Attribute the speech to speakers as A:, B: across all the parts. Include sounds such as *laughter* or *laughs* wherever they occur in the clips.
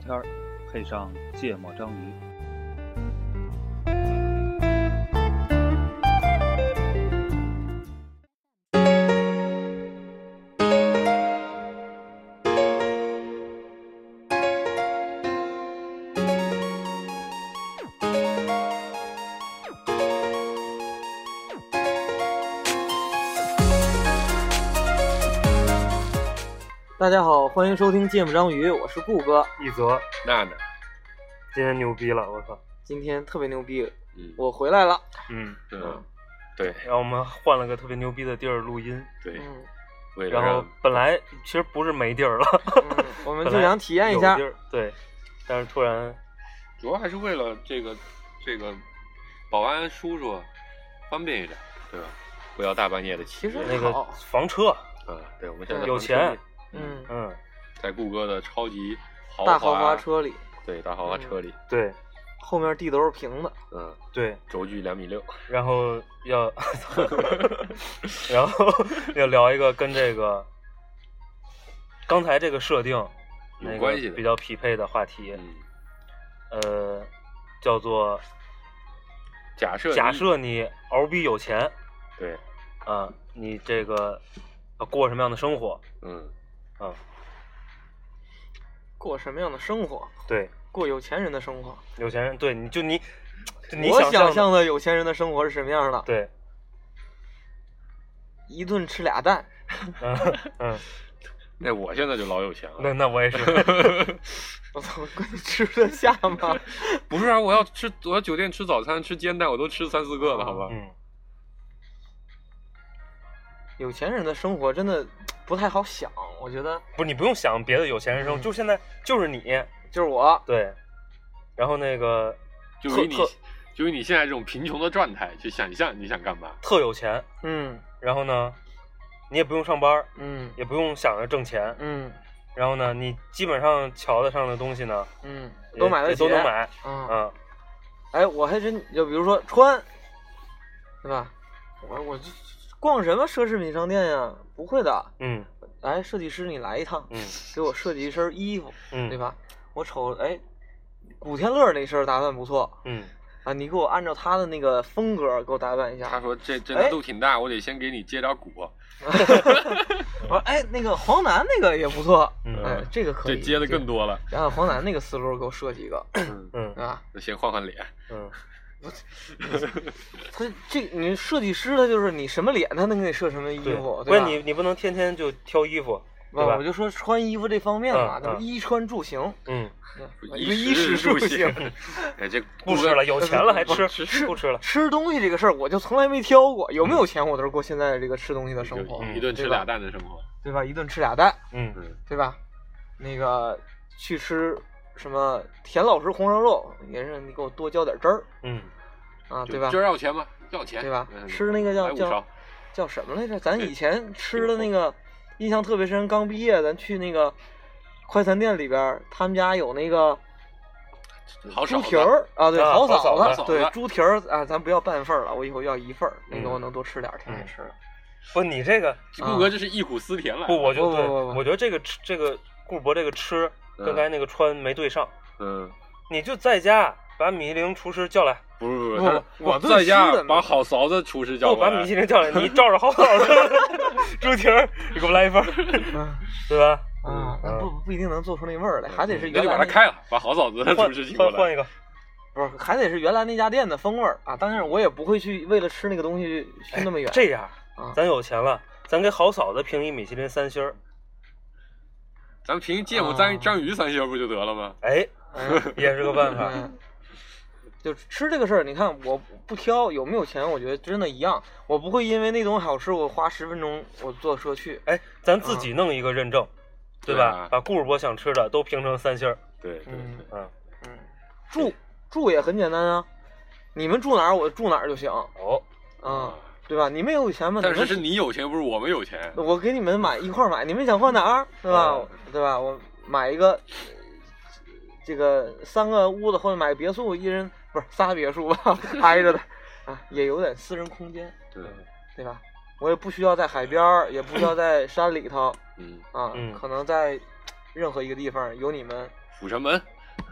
A: 片儿，配上芥末章鱼。
B: 大家好，欢迎收听《芥末章鱼》，我是顾哥。
C: 一泽
D: 娜娜，
C: 今天牛逼了，我操！
B: 今天特别牛逼，
D: 嗯，
B: 我回来了。
C: 嗯，
D: 嗯，对
C: 然后我们换了个特别牛逼的地儿录音，
D: 对，
B: 嗯，
D: 为了
C: 然后
D: 让
C: 本来其实不是没地儿了，
B: 嗯我们就想体验一下
C: 本来有地。儿，对，但是突然
D: 主要还是为了这个这个保安叔叔方便一点，对吧？不要大半夜的骑
B: 其实
D: 着
C: 那个
B: 好
C: 房车，
D: 啊，对，我们现在
C: 有
D: 很
C: 钱
D: 特别，
B: 嗯，
C: 嗯，
D: 在顾哥的超级豪
B: 大豪华，车里
D: 对，大豪华车里，
C: 对
B: 后面地都是平的，
D: 嗯，
C: 对，
D: 轴距两米六，
C: 然后要， *laughs* 然后 *laughs* 要聊一个跟这个刚才这个设定
D: 有
C: 那个
D: 关系的
C: 比较匹配的话题，
D: 嗯，
C: 呃，叫做
D: 假设
C: 假
D: 你
C: 设你牛逼有钱。
D: 对，
C: 啊，你这个要过什么样的生活？
D: 嗯，
C: 啊，
B: 过什么样的生活？
C: 对，
B: 过有钱人的生活。
C: 有钱人，对，你就你，就你
B: 我
C: 象
B: 想象的有钱人的生活是什么样的？
C: 对，
B: 一顿吃俩蛋，
C: 嗯嗯，
D: 那我现在就老有钱
C: 那
D: 了，
C: 那我
B: *laughs*
C: 也是，
B: 我操，关键吃得下
C: *laughs*
B: 吗？
D: 不是啊，我要吃，我要酒店吃早餐吃煎蛋，我都吃三四个了，好吧？
C: 嗯，
B: 有钱人的生活真的不太好想，我觉得
C: 不是你不用想别的有钱人生活，
B: 嗯
C: 就现在就是你，
B: 就是我，
C: 对，然后那个
D: 就
C: 特
D: 以你
C: 特
D: 就以你现在这种贫穷的状态去想象你想干嘛，
C: 特有钱，
B: 嗯
C: 然后呢，你也不用上班，
B: 嗯
C: 也不用想着挣钱，
B: 嗯
C: 然后呢，你基本上瞧得上的东西呢，
B: 嗯，
C: 也
B: 都买得
C: 也
B: 起，
C: 都能买，
B: 嗯
C: 啊，
B: 哎，我还真就比如说穿，对吧？我我这逛什么奢侈品商店呀？不会的，
C: 嗯
B: 哎，设计师你来一趟，
C: 嗯
B: 给我设计一身衣服，
C: 嗯，
B: 对？吧？我瞅哎，古天乐那身打扮不错
C: 嗯，
B: 啊，你给我按照他的那个风格给我打扮一
D: 他
B: 下。
D: 说这这
B: 哎
D: 难度挺大，我得先给你接点鼓，
B: 我说哎，那个黄楠那个也不错，
C: 嗯
B: 哎，这个可
D: 这
B: 以。
D: 接的更
B: 多。
D: 多
B: *laughs*
D: 了。
B: 然后黄楠那个思路给我设计一个
C: 嗯
B: 啊，
D: 那先换换脸，
C: 嗯
B: 他这你设计师他就是你什么脸，他能给你设什么衣
C: 对，
B: 服，
C: 不是
B: 吧？
C: 你，你不能天天就挑衣服，
B: 不，
C: 对吧
B: 哦我就说穿衣服这方面嘛，
C: 嗯
B: 就是
C: 嗯
B: 衣穿住行，
C: 嗯，
B: 一个衣食
D: 住
B: 住行。。 *laughs*
D: 哎，这
C: 不吃了，有钱了还
D: *laughs*
C: 吃，
B: 吃
C: *laughs* 不吃了，
B: 吃东西这个事儿，我就从来没挑过，有没有钱我都是过现在这个吃东西的生活，
D: 就
C: 嗯
D: 一顿吃俩蛋的生活。
B: 对吧？一顿吃俩蛋，
C: 嗯
D: 嗯，
B: 对吧？那个去吃什么田老师红烧肉，也是你给我多浇点汁儿
C: 嗯，
B: 啊，
D: 就
B: 对吧
D: 今？儿要钱吗？要钱，
B: 对吧
D: 嗯
B: 吃那个叫
D: 来五
B: 叫
D: 勺
B: 叫什么来着？咱以前吃的那个，印象特别深。刚毕业，咱去那个快餐店里边儿，他们家有那个
D: 好
B: 猪
D: 少
B: 蹄儿啊，对，
C: 啊
B: 好
C: 好
B: 嫂
C: 嫂
D: 子
B: 对
D: 好嫂，子
B: 猪蹄儿啊，咱不要半份儿了，我以后要一份儿，那个
C: 嗯
B: 我能多吃点儿，挺爱吃的。
C: 不，你这个
D: 顾哥这是忆苦思甜了。
C: 不，我觉
B: 啊不不
C: 得，
B: 不不
C: 我觉得这个吃这个顾博这个吃跟
D: 嗯
C: 刚才那个穿没对上，
D: 嗯，
C: 你就在家把米其林厨师叫来，
D: 不是不
B: 不
D: 是，他
B: 我
D: 我
B: 最
D: 在
B: 吃
D: 家
B: 的
D: 把好勺子厨师叫
C: 不
D: 过
C: 把
D: 来
C: 米其林叫来，你照着好好吃猪蹄儿，你给我来一份儿，
B: 嗯
C: 对吧？
B: 啊，那
C: 嗯
B: 不不一定能做出那味儿来，还得是
D: 嗯那
B: 原
D: 就
B: 来
D: 把他
B: 那
D: 开了，把好嫂子的
C: 换
D: 厨师请过
C: 换换
D: 来。
C: 一个，
B: 不是，还得是原来那家店的风味儿啊。当然，我也不会去为了吃那个东西去那么远。
C: 这样
B: 啊，
C: 咱有钱了，咱给好嫂子评一米其林三星儿，
D: 咱们凭芥末
B: 啊
D: 章章鱼三星不就得了吗？
C: 哎，
B: 哎
C: *laughs* 也是个办法。
B: 嗯就吃这个事儿，你看我不挑，有没有钱，我觉得真的一样。我不会因为那东西好吃，我花十分钟我坐车去。
C: 哎，咱自己弄一个认证，对吧？
D: 对啊
C: 把顾主播想吃的都评成三星儿。
D: 对对
B: 嗯
D: 对，
C: 嗯，
B: 嗯，住住也很简单啊，你们住哪儿我住哪儿就行，
C: 哦，
B: 嗯，对吧？你们有钱吗？
D: 但
B: 你
D: 是
B: 们
D: 是你有钱，不是我们有钱。
B: 我给你们买一块儿买，你们想换哪儿，对吧？
D: 啊
B: 对吧？我买一个，呃这个三个屋子或者买别墅，一人不是仨别墅吧，
D: *laughs*
B: 挨着的啊，也有点私人空间，
D: 对，
B: 对吧？我也不需要在海边儿，也不需要在山里头
D: 嗯，
B: 啊，
C: 嗯
B: 可能在任何一个地方有你们，
D: 阜成门，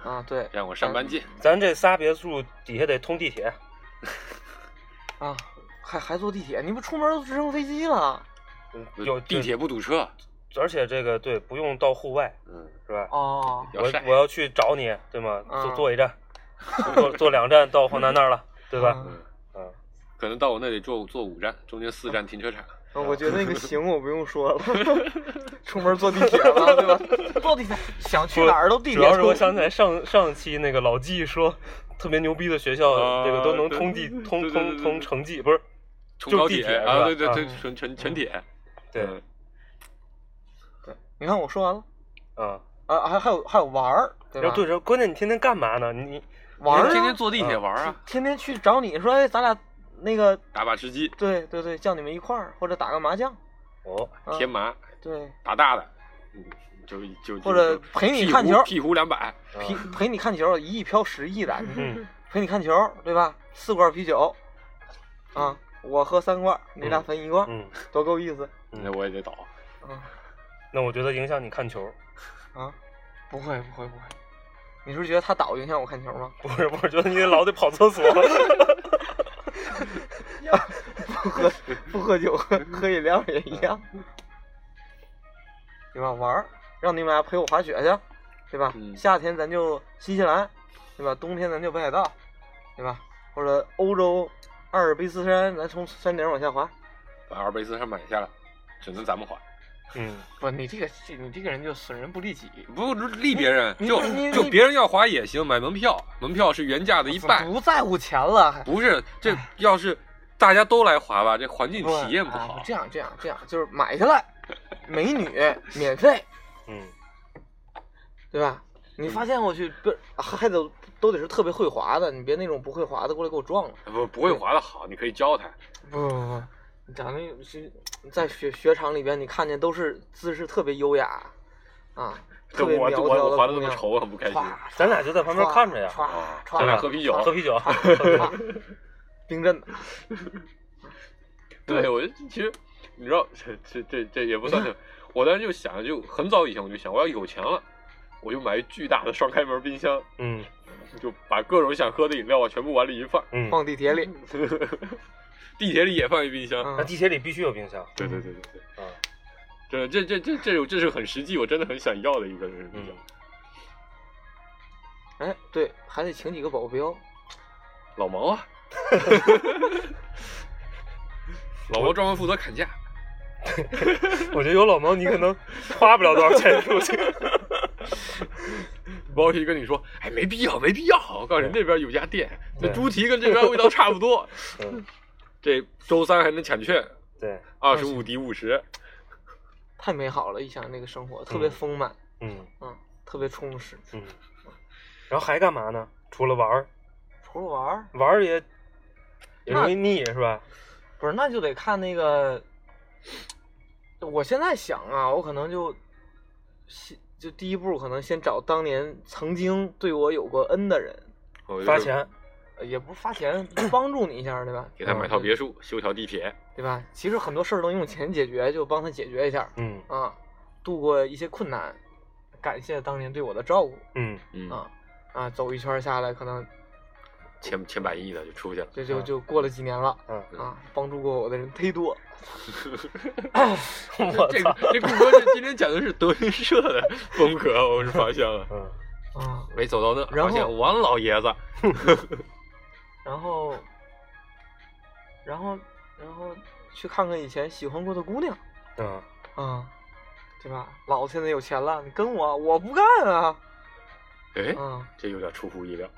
B: 啊，对
D: 让我上班见。
C: 咱这仨别墅底下得通地铁，
B: 啊，还还坐地铁？你不出门都直升飞机了？啊
C: 嗯有
D: 地，铁不堵车，
C: 就而且这个对不用到户外
D: 嗯，
C: 是吧？
B: 哦，
D: 要
C: 我
D: 晒
C: 我要去找你，对吗？
B: 嗯
C: 坐坐一站，坐坐两站到黄楠那儿了，对吧？
B: 嗯
C: 嗯，
D: 可能到我那里坐坐五站，中间四站停车场。
B: *laughs* 我觉得
C: *laughs*
B: 那个行我不用说了，出门坐地铁了，对吧？ *laughs* 坐地铁，想去哪儿都地
C: 主
B: 铁
C: 要是
B: 通。
C: 我想起来上上期那个老纪说，特别牛逼的学校，
D: 啊
C: 这个都能
D: 对
C: 通地
D: 对
C: 通
D: 对对
C: 通
D: 对
C: 通
D: 对
C: 城际，不是？
D: 冲高
C: 就地
D: 铁
C: 铁是吧
D: 啊，对对对
C: 啊，
D: 纯纯纯铁。
C: 对，
D: 嗯
B: 你看我说完了
D: 嗯
C: 啊，
B: 啊，还还有还有玩儿，对
C: 然
B: 吧？
C: 后对，然后关键你天天干嘛呢？你
B: 玩儿啊
D: 天天坐地铁玩啊，
B: 天天去找你说，哎，咱俩那个，
D: 打把吃鸡、
B: 对对对，叫你们一块儿，或者打个麻将，
C: 哦，
B: 啊
D: 天麻、
B: 对，
D: 打大的，嗯，就就
B: 或者
D: 就就
B: 陪你
D: 屁
B: 看
D: 股
B: 球，
D: 屁股两百，
C: 啊
B: 陪陪你看球，一亿飘十亿
C: *laughs*
B: 的，
C: 嗯，
B: 陪你看球，对吧？四罐啤酒，啊，我喝三罐，你俩分一罐，
C: 嗯，
B: 多够意思，
D: 那我也得倒。
B: 啊
C: 那我觉得影响你看球，
B: 啊，不会不会不会，你是觉得他倒影响我看球吗？
C: 不是，我觉得你得老得跑厕所， *laughs*
B: 不 *laughs* 喝不喝酒，喝喝饮料也一样，对吧？玩儿，让你们俩陪我滑雪去，对吧？
D: 嗯
B: 夏天咱就新西兰，对吧？冬天咱就北海道，对吧？或者欧洲阿尔卑斯山，咱从山顶往下滑。
D: 把阿尔卑斯山买下来，只能咱们还，
C: 嗯，
B: 不，你这个你这个人就损人不利己，
D: 不利别人，
B: 你
D: 就
B: 你
D: 就
B: 你
D: 别人要还也行，买门票，门票是原价的一半，
B: 不在乎钱了，还
D: 不是这要是大家都来滑吧，这环境体验不
B: 哎
D: 好
B: 这。样这样这样，就是买下来，美女免费，
C: 嗯，
B: 对吧？你发现我去，不是啊还还得都得是特别会滑的，你别那种不会滑的过来给我撞了。
D: 不不会滑的好，你可以教他。
B: 不不不，咱们是在雪雪场里边，你看见都是姿势特别优雅，啊，特
D: 这
B: 别
D: 我
B: 苗
D: 我
B: 条
D: 我滑
B: 的
D: 的
B: 姑
D: 那么
B: 娘，
D: 丑，我很不开心。啊
B: 歘
C: 咱俩就在旁边看着呀
B: 歘歘
D: 咱俩
B: 歘
D: 喝啤酒
B: 歘
C: 喝啤酒，
B: 歘冰镇的，
D: 对，我就其实你知道，这这这这也不算是，我当时就想，就很早以前我就想，我要有钱了，我就买一巨大的双开门冰箱，
C: 嗯
D: 就把各种想喝的饮料啊全部往里一放，
C: 嗯，
B: 放地铁里，
D: *laughs* 地铁里也放一冰箱。
C: 那
B: 嗯，
C: 地铁里必须有冰箱，
D: 对对对对对，
C: 啊，
D: 这这这这这这是很实际，我真的很想要的一个人比较
C: 嗯
B: 哎，对，还得请几个保镖，
D: 老毛啊， *laughs* 老毛专门负责砍价，
C: 我觉得有老毛你可能花不了多少钱出去， *laughs*
D: 包皮跟你说，哎，没必要，没必要。我告诉你，那边有家店，那
C: 对
D: 猪蹄跟这边味道差不 *laughs* 多。
C: 嗯，
D: 这周三还能抢券，
C: 对，
D: 二十五抵五十。
B: 太美好了，一想那个生活特别
C: 嗯
B: 丰满，
C: 嗯
B: 嗯，特别充实。
C: 嗯，然后还干嘛呢？除了玩儿，
B: 除了玩儿，
C: 玩儿也也容易腻是吧？
B: 不是那就得看那个。我现在想啊，我可能就先就第一步，可能先找当年曾经对我有过恩的人，
D: 我就
C: 发钱，
B: 呃也不是发钱帮助你一下，对吧？
D: 给他买套别墅，修条地铁。
B: 对吧？其实很多事儿能用钱解决，就帮他解决一下
C: 嗯
B: 啊，度过一些困难，感谢当年对我的照顾
C: 嗯
D: 嗯
B: 啊啊，走一圈儿下来，可能
D: 千千百亿的就出去了。
B: 这就
C: 嗯
B: 就过了几年了
C: 嗯，
B: 啊，帮助过我的人忒多，
C: 我
D: 这
C: 操，
D: 个这顾哥这今天讲的是德云社的风格，我是发现了。
C: 嗯
B: 啊，
D: 没走到那，
B: 然后
D: 发现王老爷子，
B: 然后，然后，然后去看看以前喜欢过的姑娘
C: 嗯，
B: 啊，对吧？老子现在有钱了，你跟我，我不干啊！
D: 哎，
B: 啊，
D: 这有点出乎意料。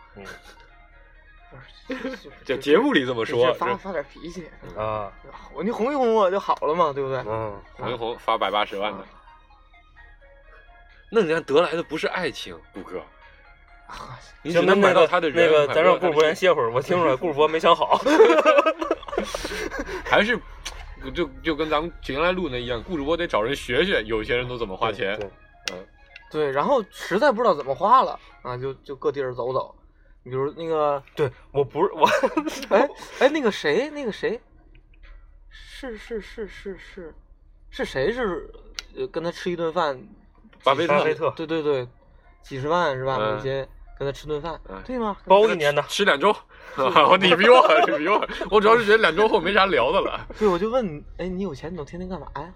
B: 不
D: *laughs*
B: 是
D: 这节目里这么说，
B: 发
D: 这
B: 发点脾气，
C: 啊
B: 我你哄一哄我就好了嘛，对不对？
C: 嗯
D: 红一红发百八十万的
B: 啊，
D: 那人家得来的不是爱情，顾哥，
B: 啊
D: 你只
C: 行，那
D: 能买
C: 那
D: 到
C: 个
D: 他的人，
C: 那个，
D: 买不
C: 咱
D: 到
C: 让
D: 他
C: 顾
D: 的
C: 伯
D: 心
C: 言歇会儿。我听出来顾伯没想好。
D: 还是不就就跟咱们原来录那一样，顾主播得找人学学，有些人都怎么花钱。
C: 对，
D: 嗯，
B: 对，然后实在不知道怎么花了啊，就就各地儿走走，比如那个，
C: 对我不是
D: *laughs*
C: 我，
D: 哦
B: 哎哎，那个谁，那个谁，是是是是是，是谁是呃跟他吃一顿饭
D: 巴菲特
C: 巴菲特
B: 对对对，几十万是吧？
D: 嗯
B: 那些跟他吃顿饭
D: 哎，
B: 对吗？
C: 包一年的，
D: 吃两周，啊你比我狠，你比我狠。我主要是觉得两周后没啥聊的了。
B: 对，我就问你，哎，你有钱你都天天干嘛呀？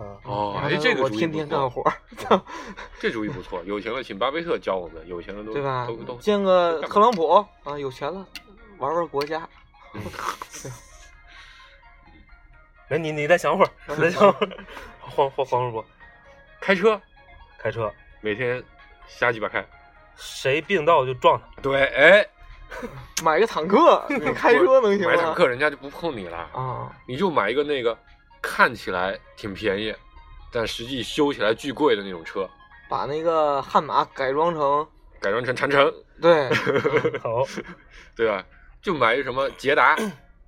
C: 嗯，
D: 哦
B: 然后
D: 哎
B: 他
D: 这
B: 说
D: 个
B: 啊我
D: 主意
B: 天
D: 不
B: 天
D: 错哦
B: 干活， *laughs*
D: 这主意不错，有钱了请巴菲特教我们，有钱人都
B: 对吧
D: 都都？
B: 见
D: 都
B: 个
D: 干嘛
B: 特朗普啊，有钱了，玩玩国家，
C: 没你你再想会儿，你再想会
D: *laughs*
C: 儿，黄黄黄主播
D: 开车，
C: 开车，
D: 每天瞎鸡巴开。
C: 谁并道就撞他，
D: 对，哎，
B: 买个坦
D: *laughs*
B: 克，你开车能行吗？
D: 买坦克人家就不碰你了，
B: 啊，
D: 你就买一个那个看起来挺便宜，但实际修起来巨贵的那种车，
B: 把那个悍马改装成
D: 改装成长城，
B: 对，
D: *laughs*
C: 好，
D: 对吧？就买一什么捷达，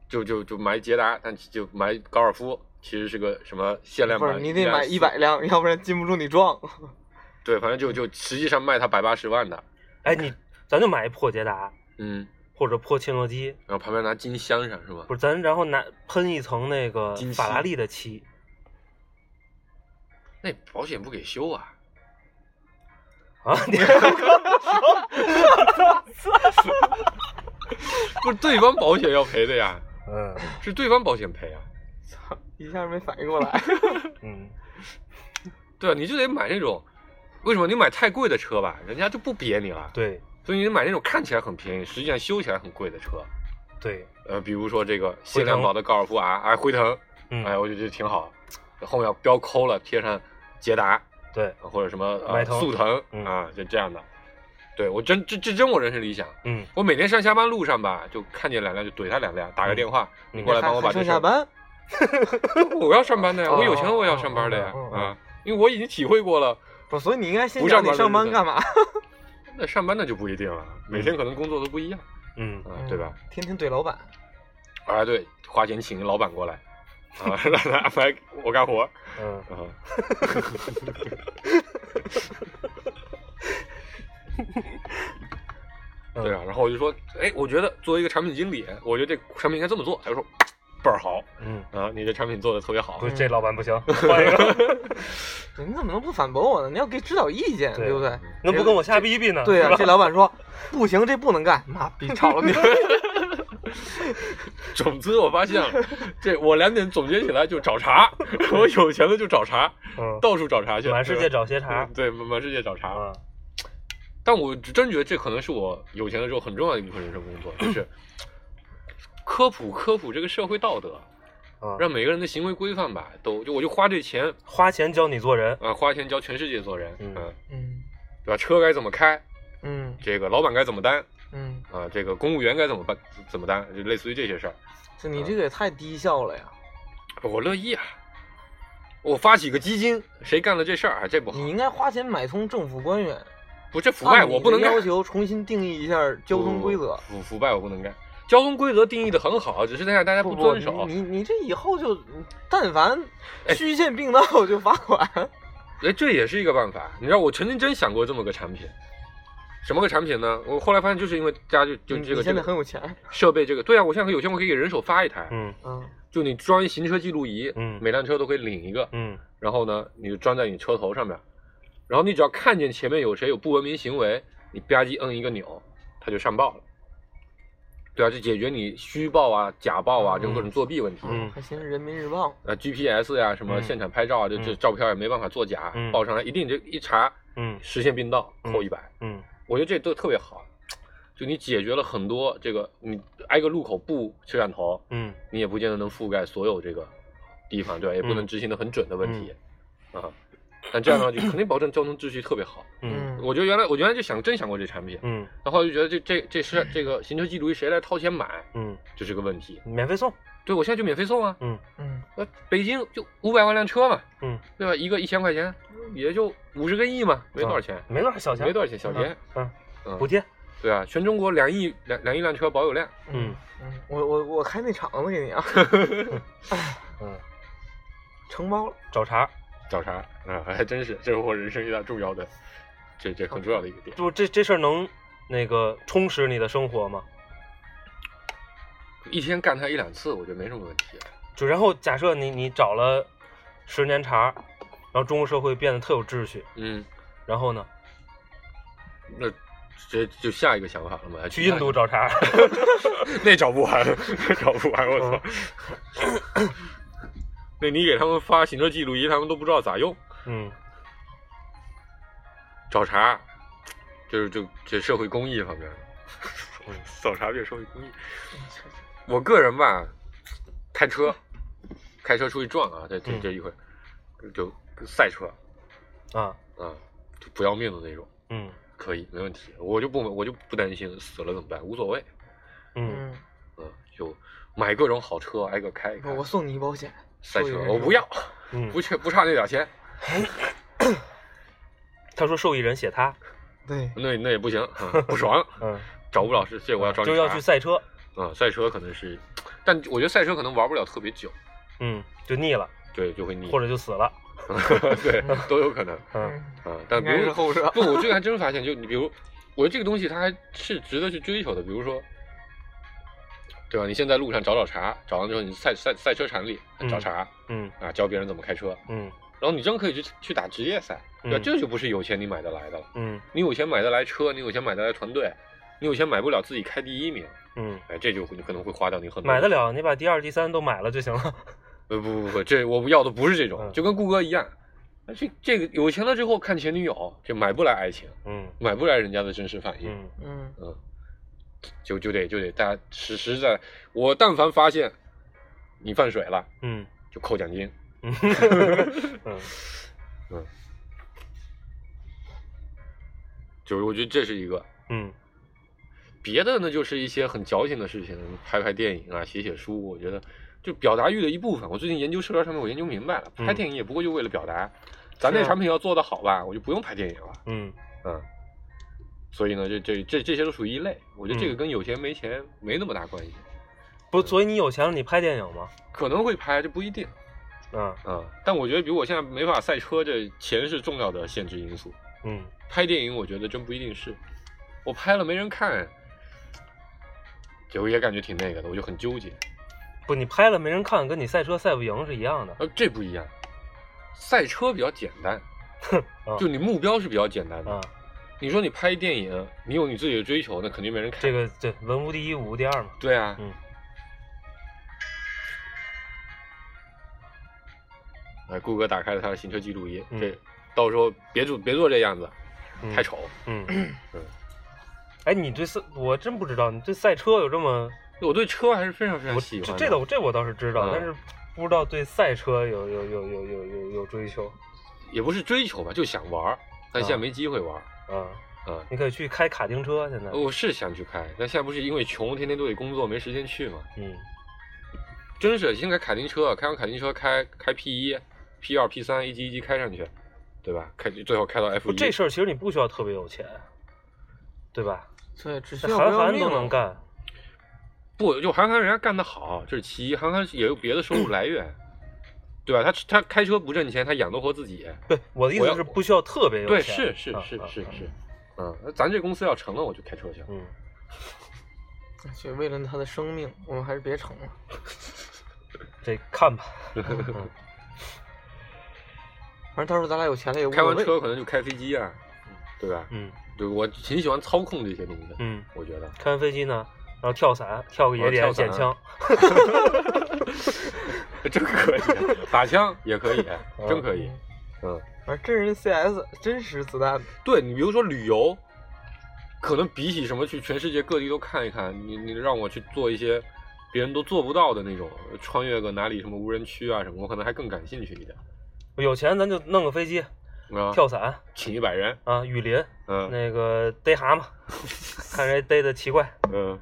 D: 就就就买捷达，但就买高尔夫，其实是个什么限量
B: 不
D: 版
B: 是，你得买一
D: 140
B: 百辆，要不然禁不住你撞。
D: 对，反正就就实际上卖它百八十万的，
C: 哎你咱就买一破捷达
D: 嗯，
C: 或者破切诺基，
D: 然后旁边拿金镶上是吧？
C: 不是咱然后拿喷一层那个
D: 金漆
C: 法拉利的漆，
D: 那保险不给修啊？
C: 啊，
D: *laughs*
C: 你
D: 不是对方保险要赔的呀，
C: 嗯
D: 是对方保险赔啊。
B: 一下没反应过来，
C: 嗯，
D: 对啊，你就得买那种，为什么你买太贵的车吧，人家就不瘪你了。，
C: 对
D: 所以你得买那种看起来很便宜，实际上修起来很贵的车。
C: 对，
D: 呃，比如说这个限量版的高尔夫 R，哎，辉腾，
C: 嗯
D: 哎，我觉得挺好。后面要标抠了，贴上捷达
C: 对，
D: 或者什么呃
C: 迈腾
D: 速腾
C: 嗯
D: 啊，就这样的。对我真这这真我人生理想，
C: 嗯
D: 我每天上下班路上吧，就看见两辆就怼他两辆，打个电话，
C: 嗯
D: 你 *laughs* 过来
B: *laughs*
D: 帮我把
B: 还
D: 这
B: 上
D: 事
B: 下
D: 儿。
B: 班，
D: *laughs* 我要上班的呀，
B: 哦
D: 我有钱我也要上班的呀
B: 哦哦哦
D: 啊，因为我已经体会过了，
B: 不是，所以你应该先
D: 不
B: 讲
D: 上班
B: 你上班干嘛， *laughs*
D: 那上班那就不一定了，每天可能工作都不一样
C: 嗯，
D: 啊，对吧？？
B: 天天怼老板，
D: 啊，对，花钱请老板过来啊， *laughs* 让他安排我干活
C: 嗯，
D: 啊。
C: 嗯
D: 对啊，，然后我就说，哎，我觉得作为一个产品经理，我觉得这产品应该这么做。他就说倍儿好
C: 嗯，
D: 啊，你这产品做的特别好
C: 不。是这老板不行，
D: *laughs*
C: 换一个，
B: 你怎么能不反驳我呢？你要给指导意见，
C: 对
B: 对不对？
D: 嗯
C: 能不跟我瞎逼逼呢？
B: 对
C: 是
D: 啊
B: 呀，
C: 吧
B: 这老板说不行，这不能干，妈逼炒
D: *laughs*
B: 了你。 *laughs*
D: 总之，我发现了这我两点总结起来就找茬， *laughs* 我有钱了就找茬，
C: 嗯，
D: 到处找茬去，
C: 满世
D: 对吧
C: 界找鞋茬
D: 嗯，对，满满世界找茬。
C: 啊，
D: 但我真觉得这可能是我有钱了之后很重要的一部分人生工作，就是科普科普这个社会道德，
C: 啊，
D: 让每个人的行为规范吧，都就我就花这钱啊、
C: 花钱教你做人，
D: 花钱教全世界做人，
C: 嗯
D: 啊
B: 嗯
D: 对吧？车该怎么开，
B: 嗯
D: 这个老板该怎么担
B: 嗯，
D: 啊、这个公务员该怎么办，怎么担，就类似于这些事儿，
B: 这
D: 嗯
B: 你这个也太低效了呀！
D: 我乐意啊。我发起个基金，谁干了这事儿啊？这不好
B: 你，应该花钱买通政府官员，
D: 不这腐败
B: 按你
D: 我不能
B: 的
D: 干
B: 要。求重新定义一下交通规则。
D: 腐腐败我不能干。交通规则定义的很好，只是现在大家
B: 不
D: 遵守。
B: 你你你这以后就，但凡虚线并道就罚款。
D: 哎，这也是一个办法。你知道，我曾经真想过这么个产品，什么个产品呢？我后来发现，就是因为大家就就
B: 你
D: 这
B: 嗯你
D: 个这
B: 现在很
D: 个
B: 有钱，
D: 设备，这个对啊，我现在有钱，我可以给人手发一台，
C: 嗯
B: 嗯，
D: 就你装一行车记录仪，
C: 嗯
D: 每辆车都可以领一个，
C: 嗯
D: 然后呢，你就装在你车头上面，然后你只要看见前面有谁有不文明行为，你吧唧摁一个钮，它就上报了。对啊，就解决你虚报啊、假报啊这种各种作弊问题。
C: 嗯
B: 还行，《人民日报》
D: 呃 GPS 呀、什么
C: 嗯
D: 现场拍照啊，这这
C: 嗯
D: 照片也没办法作假，
C: 嗯
D: 报上来一定就一查
C: 嗯
D: 实现并道，
C: 嗯
D: 扣一百。
C: 嗯
D: 我觉得这都特别好，就你解决了很多这个，你挨个路口布摄像头，
C: 嗯，
D: 你也不见得能覆盖所有这个地方，对吧？也不能执行的很准的问题、啊。但这样的话，就肯定保证交通秩序特别好。
C: 嗯
B: 嗯，
D: 我觉得原来我原来就想真想过这产品，
C: 嗯
D: 然后就觉得这这这是这个行车记录仪谁来掏钱买，
C: 嗯，
D: 这是个问题。
C: 免费送，
D: 对我现在就免费送啊，
C: 嗯
B: 嗯，
D: 那北京就五百万辆车嘛，
C: 嗯，
D: 对吧？一个一千块钱，也就五十个亿嘛，没多少钱，
C: 啊没多少小钱，
D: 没多少钱，小钱，
C: 嗯，
D: 嗯，
C: 补贴，
D: 对啊，全中国两亿两两亿辆车保有量，
C: 嗯
B: 嗯，我我我开那厂子给 *laughs* 你啊，
C: 嗯，
B: 承包了。
C: 找茬，
D: 找茬啊， *laughs* 还真是，这是我人生一大重要的，这这很重要的一个点。
C: 就这这事儿能那个充实你的生活吗？
D: 一天干它一两次，我觉得没什么问题。啊
C: 就然后假设你你找了十年茬，嗯然后中国社会变得特有秩序，
D: 嗯，
C: 然后呢？
D: 那这就下一个想法了嘛？
C: 去印度找茬儿， *laughs*
D: *laughs* 那找不完，那找不完，我操！
C: 嗯
D: *coughs* 那你给他们发行车记录仪，他们都不知道咋用，
C: 嗯，
D: 找茬，就是就这社会公益
C: *laughs*
D: 方面的，找茬变社会公益。
C: 嗯
D: 我个人吧，开车，开车出去撞啊，这这
C: 嗯
D: 这一回，就赛车
C: 啊，
D: 啊，就不要命的那种，
C: 嗯
D: 可以，没问题，我就不我就不担心死了怎么办，无所谓，
C: 嗯，
B: 嗯，
D: 嗯，就买各种好车挨个开一开。
B: 我送你一保险，
D: 赛车
B: 受益人
D: 我不要，
C: 嗯
D: 不缺不差那点钱，
C: 他说受益人写他，
B: 对，
D: 那那也不行， *laughs* 啊
C: *laughs*
D: 不爽，
C: 嗯，
D: 找不了是 *laughs* 这我要找你
C: 就要去赛车，
D: 啊、嗯赛车可能是，但我觉得赛车可能玩不了特别久，
C: 嗯，就腻了，
D: 对，就会腻，
C: 或者就死了，
D: *laughs* 对都有可能
C: 嗯，
D: 啊、但
B: 应
D: 比
B: 该是
D: 如
B: 后者。
D: 不，我这个还真发现，就你比如，我觉得这个东西它还是值得去追求的，比如说。对吧？你现在路上找找茬，找完之后你赛赛赛车场里找茬、
C: 嗯
D: 啊，教别人怎么开车，
C: 嗯
D: 然后你真可以去去打职业赛，对吧？
C: 嗯
D: 这就不是有钱你买得来的了。
C: 嗯
D: 你有钱买得来车，你有钱买得来团队，你有钱买不了自己开第一名，
C: 嗯，
D: 哎，这就你可能会花掉你很多。
C: 买得，了，你把第二、第三都买了就行了，
D: 呃，不不不，这我要的不是这种，
C: 嗯
D: 就跟顾哥一样，哎这这个有钱了之后看前女友，这买不来爱情，
C: 嗯
D: 买不来人家的真实反应，
C: 嗯
B: 嗯，
D: 嗯就就得就得大家实实在，我但凡发现你犯水了，
C: 嗯
D: 就扣奖金， *laughs*
C: 嗯嗯
D: 就是我觉得这是一个。
C: 嗯
D: 别的呢，就是一些很矫情的事情，拍拍电影啊，写写书，我觉得就表达欲的一部分。我最近研究社交产品，我研究明白了，
C: 嗯
D: 拍电影也不过就为了表达。咱这
B: 是啊
D: 产品要做得好吧，我就不用拍电影了。
C: 嗯
D: 嗯，所以呢，这这这这些都属于一类。我觉得这个
C: 嗯
D: 跟有钱没钱没那么大关系，
C: 不，所以你有钱了，你拍电影吗？
D: 可能会拍，这不一定
C: 嗯
D: 啊、嗯但我觉得，比如我现在没法赛车，这钱是重要的限制因素。
C: 嗯
D: 拍电影，我觉得真不一定是。我拍了没人看，就也感觉挺那个的，我就很纠结。
C: 不，你拍了没人看，跟你赛车赛不赢是一样的。
D: 呃，这不一样，赛车比较简单，
C: 啊
D: 就你目标是比较简单的。
C: 啊，
D: 你说你拍电影，你有你自己的追求，那肯定没人看。
C: 这个对，文无第一，武无第二嘛。
D: 对啊，
C: 嗯。
D: 哎，顾哥打开了他的行车记录仪，
C: 嗯
D: 这到时候别做别做这样子，
C: 嗯
D: 太丑。 *clears throat*
C: 嗯嗯。哎，你对赛，我真不知道，你对赛车有这么，
D: 我对车还是非常非常
C: 我
D: 喜
C: 这
D: 欢的
C: 这个我这我倒是知道，
D: 嗯
C: 但是不知道对赛车有有有有有有有追求
D: 也不是追求吧，就想玩儿，但现在
C: 啊
D: 没机会玩
C: 啊。
D: 儿啊。
C: 你可以去开卡丁车，现在。
D: 我是想去开，但现在不是因为穷，天天都得工作，没时间去嘛。
C: 嗯
D: 真是先开卡丁车，啊开完卡丁车开开 P 一、P 二、P 三，一级一级开上去，对吧？开最后开到 F
C: 不，
D: 一。
C: 这事儿其实你不需要特别有钱，对吧？
B: 所以只需
C: 这
B: 要
C: 韩
B: 不要
C: 寒
B: 命啊
C: 都能。干。
D: 不就韩寒人家干得好，这是其一。韩寒也有别的收入来源，对吧？他他开车不挣钱，他养得活自己。
C: 对，我的意
D: 我
C: 思
D: 要
C: 是不需要特别有
D: 对，
C: 钱。
D: 是是
C: 啊
D: 是
C: 啊
D: 是
C: 啊
D: 是，嗯，那咱这公司要成了，我就开车去。
C: 嗯，
B: 就为了他的生命，我们还是别逞了。
C: 这看吧。
B: 反正到时候咱俩有钱了也无
D: 开
B: 所
D: 完
B: 谓。
D: 车可能就开飞机啊，对吧？
C: 嗯
D: 对，我挺喜欢操控这些东西的，
C: 嗯。
D: 我觉得。 *laughs*
C: 开完飞机呢，然后跳伞，跳个野
D: 哦
C: 点
D: 跳伞
C: 捡枪，
D: 真可以，啊
C: *laughs*
D: 打枪也可以， *laughs* 真可以。嗯，
B: 反正真人 CS 真实子弹，
D: 对你比如说旅游，可能比起什么去全世界各地都看一看，你你让我去做一些别人都做不到的那种，穿越个哪里什么无人区啊什么，我可能还更感兴趣一点。
C: 有钱咱就弄个飞机，
D: 啊，
C: 跳伞
D: 请一百人，
C: 啊，雨林
D: 嗯
C: 那个逮蛤蟆，
D: *laughs*
C: 看谁逮的奇怪，
D: 嗯，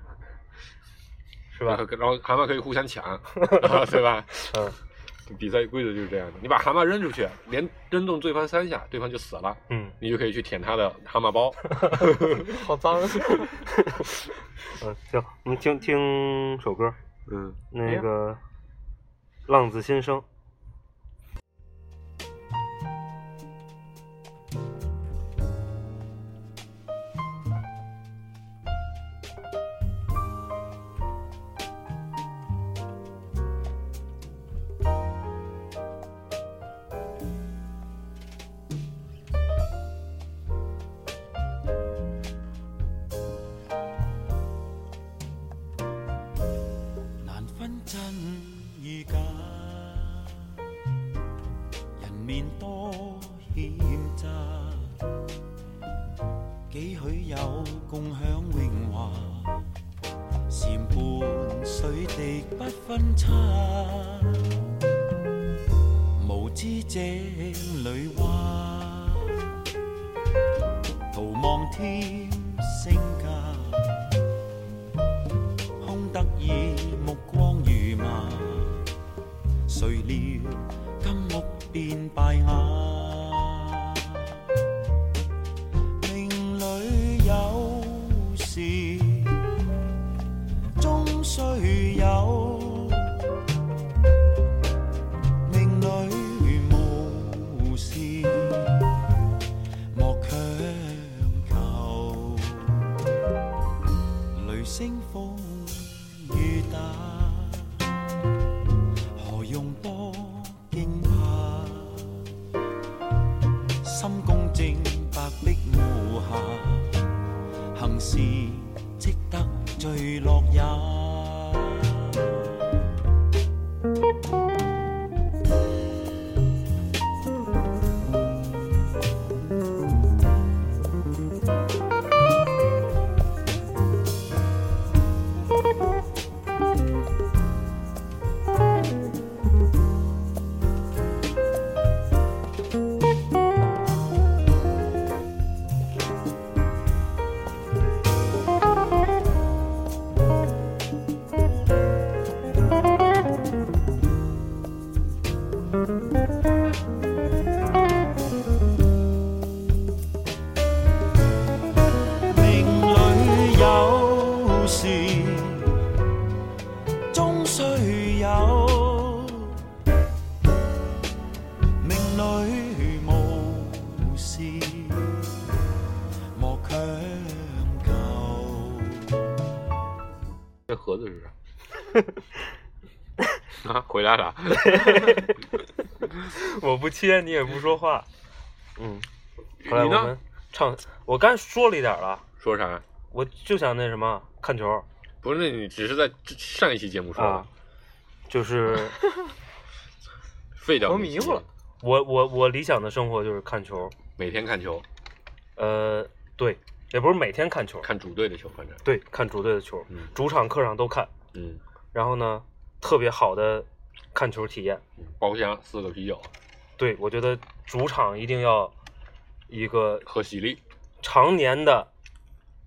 C: 是
D: 是
C: 吧？
D: 然后蛤蟆可以互相 *laughs* 抢，对吧？
C: 嗯
D: 比赛规则就是这样的，你把蛤蟆扔出去，连扔中对方三下，对方就死了， *laughs*
C: 嗯
D: 你就可以去舔它的蛤蟆包。
B: 好脏。啊 *laughs*
C: 嗯，行，我们听听首歌，
D: 嗯，
C: 那个《浪子心声》。
E: 共享榮華，禪伴水滴不分差。無知井裏蛙，徒望添升價，空得意目光如麻。誰料金屋變敗瓦。命里有時終須有，命里無事莫強求。雷聲風雨打，何用多驚怕？心公正，白璧無瑕，行事積得最樂也。命里有時終須有，命里無事莫強求。
D: 这盒子是啥？啊，回来了。
C: *laughs* 我不切，你也不说话。嗯，后来
D: 你
C: 我
D: 呢
C: 们唱，我刚才说了一点儿了，
D: 说啥？
C: 我就想那什么看球儿，
D: 不是，那你只是在上一期节目说
C: 啊
D: 的，
C: 就是
D: 废掉
B: 我
D: 那期
B: 迷糊了
C: 我我我理想的生活就是看球儿。
D: 每天看球，
C: 呃，对，也不是每天看球儿，
D: 看主队的球，反正，
C: 对，看主队的球儿，
D: 嗯
C: 主场客场都看。
D: 嗯，
C: 然后呢，特别好的看球体验。
D: 包厢四个啤酒
C: 对我觉得主场一定要一个
D: 和喜力，
C: 常年的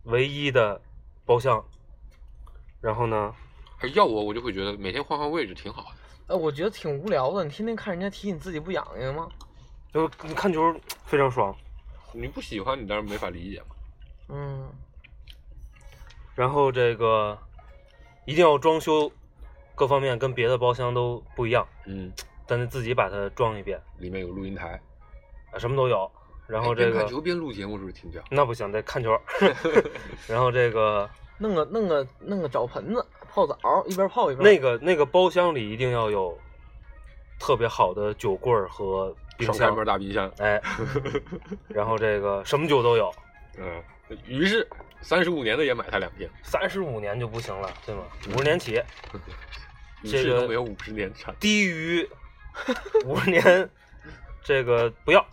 C: 唯一的包厢。然后呢，
D: 哎要我我就会觉得每天换换位置挺好的。
B: 哎，我觉得挺无聊的，你天天看人家踢，你自己不痒痒吗？
C: 就是你看球非常爽。
D: 你不喜欢，你当然没法理解嘛。
B: 嗯，
C: 然后这个一定要装修，各方面跟别的包厢都不一样，
D: 嗯，
C: 但是自己把它装一遍，
D: 里面有录音台，
C: 啊，什么都有。然后
D: 哎
C: 这
D: 边
C: 个
D: 看球边录节目是不是挺屌？
C: 那不行，得看
D: *laughs*
C: 球。 *laughs* 然后这个
B: 弄个弄个弄个澡盆子泡澡，一边泡一边
C: 那个那个包厢里一定要有特别好的酒柜儿和冰
D: 双开
C: 箱
D: 门，大冰箱， *laughs*
C: 哎，然后这个什么酒都有，
D: 嗯，于是三十五年的也买它两瓶，
C: 三十五年就不行了，对吗？五十年起，
D: 于
C: 这
D: 是
C: 个
D: 都没有五十年产，
C: 低于五十年这个不要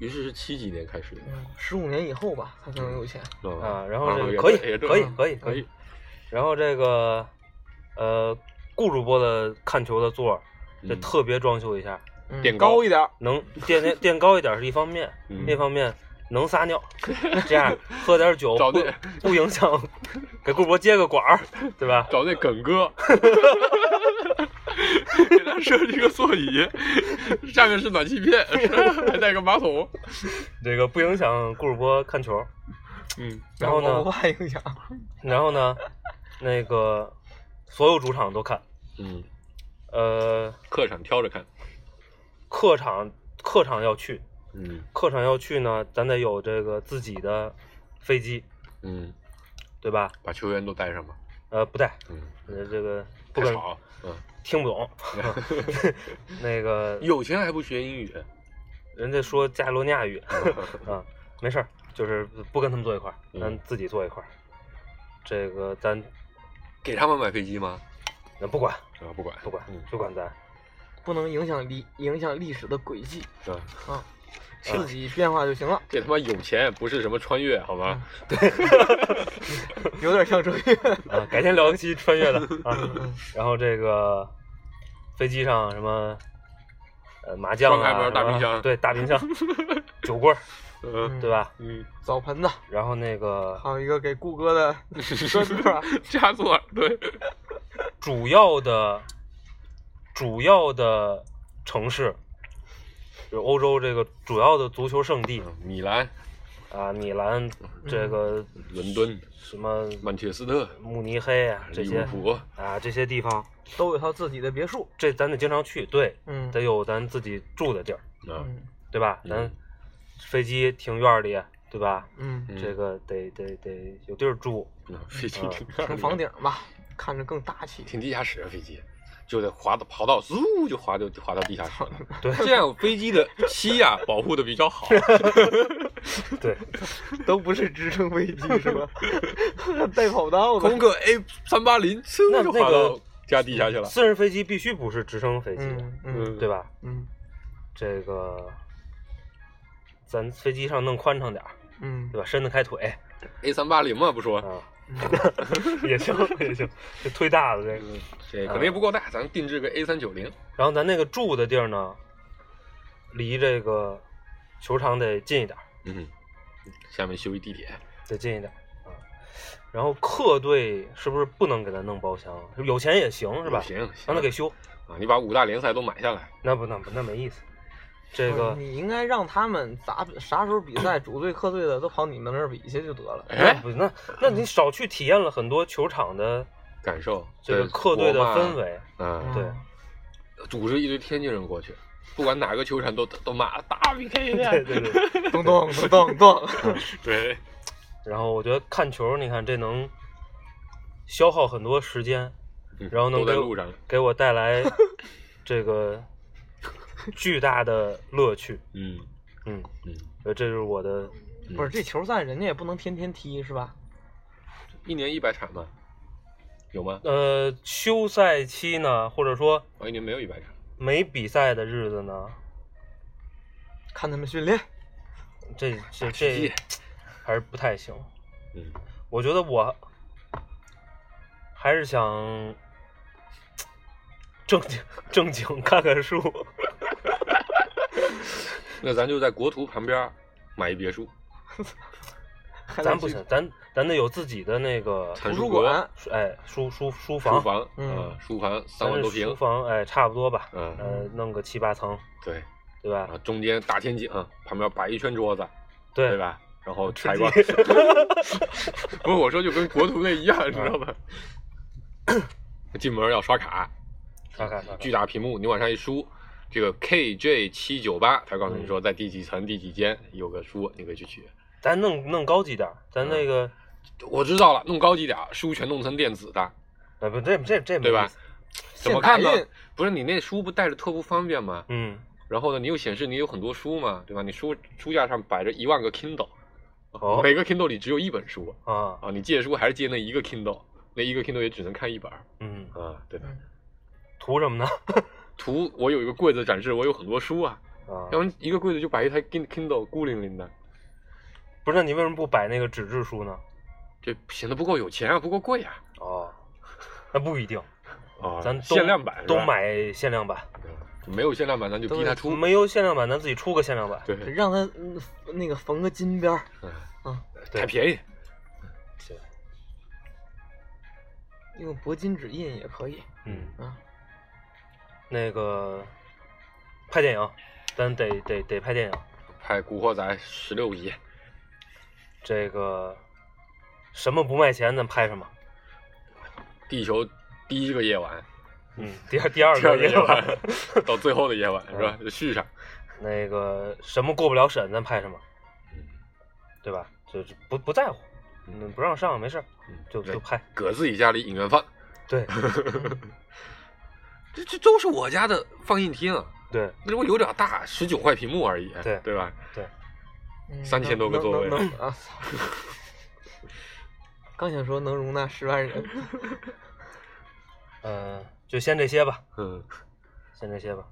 D: 于是是七几年开始的，
B: 嗯十五年以后吧，他才能有钱。
D: 嗯
C: 啊。然后
D: 啊
C: 这
D: 也
C: 个可以
D: 对也对
C: 可以
D: 啊
C: 可以可
D: 可
C: 以
D: 以，，
C: 然后这个呃顾主播的看球的座儿得
D: 嗯
C: 特别装修一下，
B: 嗯
D: 垫
B: 高
D: 高
B: 一点儿，
D: *laughs*
C: 能垫垫垫高一点是一方面，
D: 嗯
C: 另一方面能撒
D: *laughs*
C: 尿，这样喝点酒
D: 找
C: 不
D: 对
C: 不影响，给顾博接个管儿，对吧？
D: 找那耿 *laughs* 哥，给他设计个座椅，下面是暖气片，还带个马桶。
C: 这个不影响顾主播看球。
D: 嗯，
C: 然后
B: 我不
C: 呢，
B: 怕影响。
C: 然后呢，那个所有主场都看，
D: 嗯，
C: 呃，
D: 客场挑着看。
C: 客场客场要去，
D: 嗯
C: 客场要去呢，咱得有这个自己的飞机，
D: 嗯，
C: 对吧？
D: 把球员都带上吧。
C: 呃，不带，
D: 嗯，
C: 呃，这个不
D: 不
C: 跟
D: 吵。嗯，
C: 听不
D: *laughs*
C: 懂， *laughs* 那个
D: 有钱还不学英 *laughs* 语？
C: 人家说加利罗尼亚语啊，没事儿，就是不跟他们坐一块儿，
D: 嗯
C: 咱自己坐一块儿。这个咱
D: 给他们买飞机吗？
C: 咱不管
D: 啊，不管
C: 不管
D: 嗯，
C: 就管咱。
B: 不能影响历影响历史的轨迹
D: 对，
B: 啊！自己变化就行了，
D: 这他妈有钱也不是什么穿越，好吧？
B: 有点像穿 *laughs* 越。
C: 啊，改天聊一期穿越的啊。然后这个飞机上什么呃麻将
D: 双
C: 啊，
D: 开门大
C: 什么
D: 冰箱
C: 对大冰箱、酒棍儿，
D: 嗯
C: 对吧？
D: 嗯， *laughs*
B: 澡盆子，
C: 然后那个
B: 还有一个给顾哥的哥座，
D: *laughs* 加座儿对，
C: 主要的主要的城市，就是欧洲这个主要的足球圣地
D: 米兰、
C: 啊，米兰这个
D: 伦敦、
C: 什么
D: 嗯曼彻斯特、
C: 慕尼黑啊这
D: 利物
C: 些
D: 浦，
C: 啊这些地方，
B: 都有一套自己的别墅。
C: 这咱得经常去，对，
B: 嗯，
C: 得有咱自己住的地儿，
D: 啊，
B: 嗯
C: 对吧？
D: 嗯
C: 咱飞机停院里，啊对吧？
B: 嗯，
D: 嗯
C: 这个得得得有地儿住，
D: 嗯 *laughs* 飞机
C: 啊
D: 停
B: 停房顶吧，看着更大气。
D: 停地下室啊，飞机就得滑到跑道，嗖就滑就滑到地下室了。
C: 对
D: 这样飞机的漆呀、保护的比较好。
C: 对，
D: *laughs*
B: 都不是直升飞机是吧？带跑道的
D: 空。客 A 三八零嗖
C: 那
D: 就滑
C: 那
D: 到
C: 个
D: 家地下去了。
C: 私人飞机必须不是直升飞机，
B: 嗯嗯
C: 对吧？
B: 嗯
C: 这个咱飞机上弄宽敞点儿，
B: 嗯
C: 对吧？伸得开腿
D: A 三八零嘛，不说，
C: *laughs* 啊，
B: 嗯，
C: 也行也行，就推大的这个。
D: 嗯这可能也不够大，咱定制个 A 三九零。
C: 然后咱那个住的地儿呢，离这个球场得近一点儿，
D: 嗯，下面修一地铁，
C: 得近一点儿啊。然后客队是不是不能给咱弄包厢啊？有钱也行是吧？
D: 行，行
C: 让他给修，
D: 啊，你把五大联赛都买下来，
C: 那不那不那没意思。这个
B: 你应该让他们咋啥时候比赛，主队客队的都跑你们那儿比去就得了。
C: 那
D: 哎，
C: 不那那你少去体验了很多球场的
D: 感受
C: 这个客队的氛围， *laughs* 嗯
D: 啊，
C: 对
D: 组织一堆天津人过去，不管哪个球场都都骂大 PK
C: 对
D: 的，
C: 对对。
B: 咚咚咚咚
D: *laughs*
B: 咚，
D: 对，
C: 然后我觉得看球，你看这能消耗很多时间，
D: 嗯
C: 然后能
D: 都在
C: 给
D: 路上，
C: 给我带来这个巨大的乐趣。
D: 嗯
C: 嗯，
D: 嗯，
C: 呃这就是我的
B: 不是这球赛人家也不能天天踢是吧？
D: 一年一百场吗？有吗？
C: 呃休赛期呢，或者说
D: 我哦一年没有一百场，
C: 没比赛的日子呢，
B: 看他们训练，
C: 这这
D: 体
C: 这
D: 育
C: 还是不太行。
D: 嗯，
C: 我觉得我还是想正经正经看看书， *laughs*
D: 那咱就在国图旁边买一别墅，
B: 还得
C: 咱不
B: 去
C: 行，咱咱得有自己的那个
D: 参
B: 图
D: 书
B: 书
D: 阁
B: 馆，
C: 书哎书书书
D: 书
C: 房，
D: 房，
B: 嗯
D: 啊，书房三
C: 咱
D: 万
C: 这
D: 多
C: 书
D: 平，
C: 房哎差不多吧，
D: 嗯
C: 呃弄个七八层，
D: 对，
C: 对吧？
D: 啊，中间大天井旁边摆一圈桌子，
C: 对
D: 对？吧？然后
C: 吃
D: 采
C: 鸡
D: 光， *laughs* 不是我说就跟国图那一样，你知道吧？进门要刷卡，
C: 刷卡刷卡
D: 巨大屏幕，你往上一输，这个 KJ 七九八，他告诉你说在第几层第几间有个书，你可以去取。
C: 咱弄弄高级点儿，咱
D: 嗯
C: 那个
D: 我知道了，弄高级点儿，书全弄成电子的，
C: 呃不这这这没
D: 对吧
C: 意思？
D: 怎么看呢
B: 现打印？
D: 不是你那书不带着特不方便吗？
C: 嗯，
D: 然后呢，你又显示你有很多书嘛，对吧？你书书架上摆着一万个 Kindle，、
C: 哦
D: 每个 Kindle 里只有一本书
C: 啊，
D: 啊，你借书还是借那一个 Kindle，那一个 Kindle 也只能看一本儿
C: 嗯，
D: 啊，对吧？
C: 图什么呢？
D: *laughs* 图我有一个柜子展示，我有很多书啊，
C: 啊，
D: 要不然一个柜子就摆一台 Kin- Kindle 孤零零的，
C: 不是，那你为什么不摆那个纸质书呢？
D: 这显得不够有钱啊，不够贵啊。
C: 哦，那不一定，
D: 啊，
C: 咱都
D: 限量版是吧
C: 都，买限量版，
D: 没有限量版咱就逼他出。
C: 没有限量版咱自己出个嗯限量版，
D: 对，嗯
B: 让他嗯那个缝个金边儿，
D: 太便宜。
B: 用铂金纸印也可
D: *laughs*
B: 以
C: 嗯，
B: 啊。
C: 那个拍电影，咱得得得拍电影，
D: 拍《古惑仔》十六集，
C: 这个什么不卖钱咱拍什么，
D: 地球第一个夜晚，
C: 嗯，第二第二
D: 第二
C: 个
D: 个
C: 也
D: 夜
C: 有，
D: 晚，到最后的夜晚是吧？就续上。
C: *laughs* 那个什么过不了审咱拍什么，对吧？就是不不在乎，嗯，不让上没事儿，就
D: 对
C: 就拍，
D: 搁自己家里影院放，
C: 对
D: 这这都是我家的放映厅啊，
C: 对，
D: 如果有点大，十九块屏幕而已，
C: 对
D: 对吧？
B: 嗯
D: 三千多个座位
B: 能
D: *laughs*
B: 能能啊！操刚想说能容纳十万
D: *laughs*
B: 人，
C: 嗯，就先这些吧，
D: 嗯，
C: 先这些吧，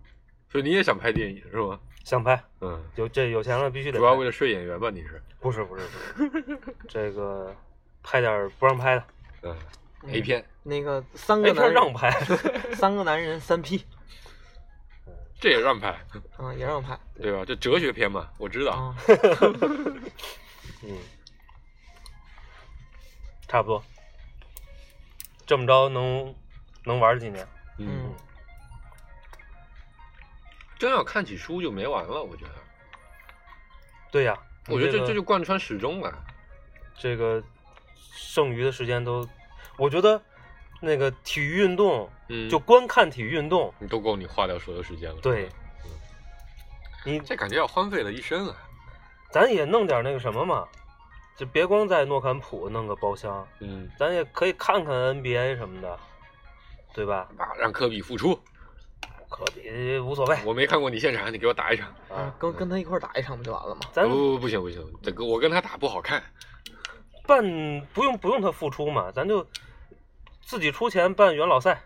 D: 所以你也想拍电影是吗？
C: 想拍，
D: 嗯，
C: 有这有钱了必须得
D: 主要
C: 拍。
D: 为了睡演员吧？你是，
C: 不是不是不是，这个拍点儿不让拍的，
D: *laughs* 嗯，A 片，
B: 那个三
D: 哎
B: 个
C: 没
B: 男
C: 片
B: 人
C: 让拍。
B: 三个男人三 P
D: 这也让拍，
B: 啊，也让拍
D: 对吧？这哲学片嘛，我知道。
B: 啊。
D: *laughs*
C: 嗯，差不多。这么着能能玩几年？
B: 嗯，
D: 真要看起书就没完了，我觉得。
C: 对呀、
D: 我觉
C: 你
D: 得这
C: 个
D: 这就贯穿始终了。
C: 这个剩余的时间都，我觉得那个体育运动，
D: 嗯
C: 就光看体育运动，
D: 你都够你花掉所有时间了。
C: 对，你
D: 这感觉要荒废了一生啊。
C: 咱也弄点那个什么嘛，就别光在诺坎普弄个包厢，
D: 嗯，
C: 咱也可以看看 NBA 什么的，对吧？
D: 啊，让科比复出，
C: 科比无所谓
D: 我没看过你现场，你给我打一场。
B: 啊
C: 啊，，
B: 跟跟他一块儿打一场不就完了吗？
C: 咱
D: 不不不，不行不行，这个我跟他打不好看。
C: 办不用不用他付出嘛，咱就自己出钱办元老赛，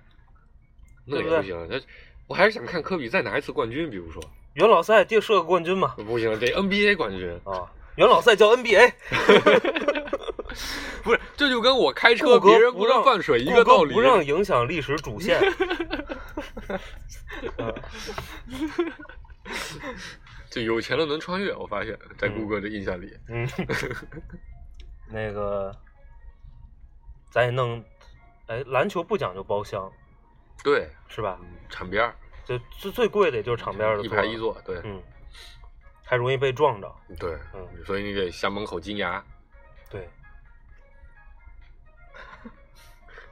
D: 那
C: 对
D: 也
C: 不
D: 不
C: 对
D: 行，那我还是想看科比再拿一次冠军，比如说，
C: 元老赛定设个冠军嘛
D: 不行，得 NBA 冠军，
C: 啊，元老赛叫 NBA，
D: 不是，这就跟我开
C: 顾
D: 车
C: 哥
D: 别人
C: 不
D: 让
C: 让
D: 灌水一个道
C: 顾哥
D: 理
C: 不。让影响历史主
D: *laughs*
C: 线。
D: 就有钱了能穿越，我发现，在
C: 嗯
D: 顾哥的印象里，
C: 嗯，那个，咱也弄，哎，篮球不讲究包厢
D: 对，
C: 是吧？
D: 场边儿
C: 就最最贵的也就是场边的
D: 嗯一排
C: 了
D: 一，坐，对
C: 嗯，还容易被撞着，
D: 对，
C: 嗯
D: 所以你得向门口金牙，
C: 对。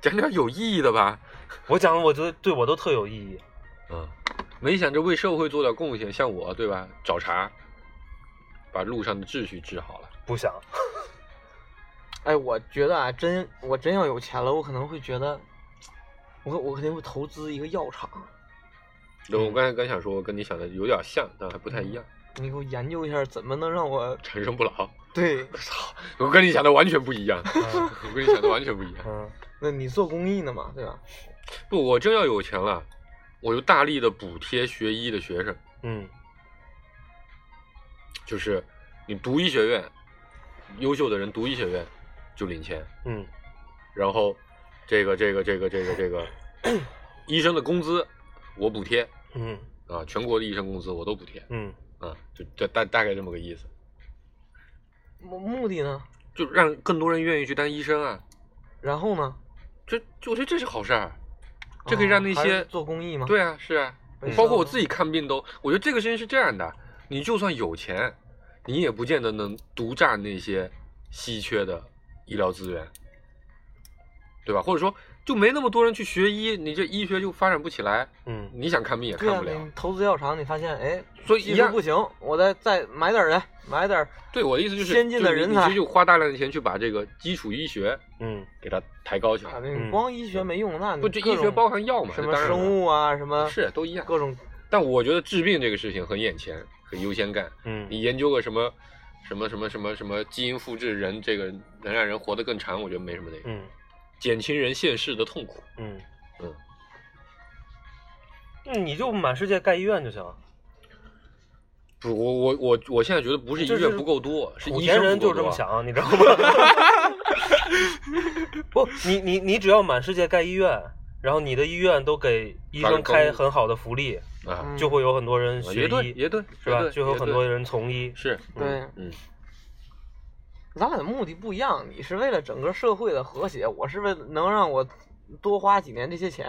D: 讲点有意义的吧。
C: 我讲，我觉得对我都特有意义。
D: 嗯，没想着为社会做点贡献，像我对吧？找茬，把路上的秩序治好了。
C: 不
D: *laughs*
C: 想，
B: 哎，我觉得啊，真我真要有钱了，我可能会觉得，我我肯定会投资一个药厂。
D: 对，我刚才刚想说，跟你想的有点像，但还不太一样。
B: 你给我研究一下，怎么能让我
D: *laughs* 长生不老，
B: 对？
D: 操！我跟你想的完全不一样， *laughs*
C: 嗯
D: 我跟你想的完全不一样。
C: 嗯
B: 那你做公益呢嘛，对吧？
D: 不，我真要有钱了，我就大力的补贴学医的学生，
C: 嗯
D: 就是你读医学院，优秀的人读医学院就领钱，
C: 嗯
D: 然后这个这个这个这个这个 *coughs* 医生的工资我补贴
C: 嗯
D: 啊，全国的医生工资我都补贴
C: 嗯，
D: 啊，就这大大概这么个意思，
B: 目目的呢？
D: 就让更多人愿意去当医生啊，
B: 然后呢？
D: 这就我觉得这是好事儿，这可以让那
B: 啊还
D: 些
B: 是做公益嘛。
D: 对啊，是啊
B: 嗯，
D: 包括我自己看病都，我觉得这个事情是这样的，你就算有钱，你也不见得能独占那些稀缺的医疗资源，对吧？或者说就没那么多人去学医，你这医学就发展不起来，
C: 嗯，
D: 你想看病也
B: 对
D: 看
B: 啊，
D: 不了。
B: 你投资药厂，你发现哎，
D: 所以一
B: 技术
D: 样
B: 不，行，我再再买点儿来，买点儿
D: 对我的意思就是，
B: 先进的
D: 就是你
B: 人才
D: 你就花大量的钱去把这个基础医学
C: 嗯
D: 给它抬高起
B: 啊，
D: 来，
B: 那
C: 嗯
B: 个光医学没用，那你
D: 不，这
B: 嗯各
D: 医学
B: 种
D: 包含药嘛，
B: 什
D: 这
B: 么
D: 当然了
B: 生物啊，什么
D: 是都一样。
B: 各种
D: 但我觉得治病这个事情很眼前，很优先干。
C: 嗯
D: 你研究个什么什么什么什么什么基因复制人，这个能让人活得更长，我觉得没什么那个，
C: 嗯
D: 减轻人现世的痛苦。
C: 嗯
D: 嗯，
C: 嗯，你就满世界盖医院就行了。
D: 不，我我我我现在觉得不是医
C: 这
D: 院
C: 是
D: 不够多，是
C: 有
D: 医
C: 钱
D: 生
C: 人
D: 不
C: 就
D: 够
C: 这么
D: 多。啊
C: 想，你知道
D: *laughs*
C: 吗？不，你你你只要满世界盖医院，然后你的医院都给医生开很好的福利，
B: 嗯
D: 啊，
C: 就会有很多人学
D: 也对，
C: 医，
D: 也对，
C: 是吧
D: 也？对
C: 就会有
D: 也
C: 很
D: 对
C: 多人从医。
D: 是，
B: 对。
D: 嗯，
B: 咱俩的目的不一样，你是为了整个社会的和谐，我是为了能让我多花几年这些钱，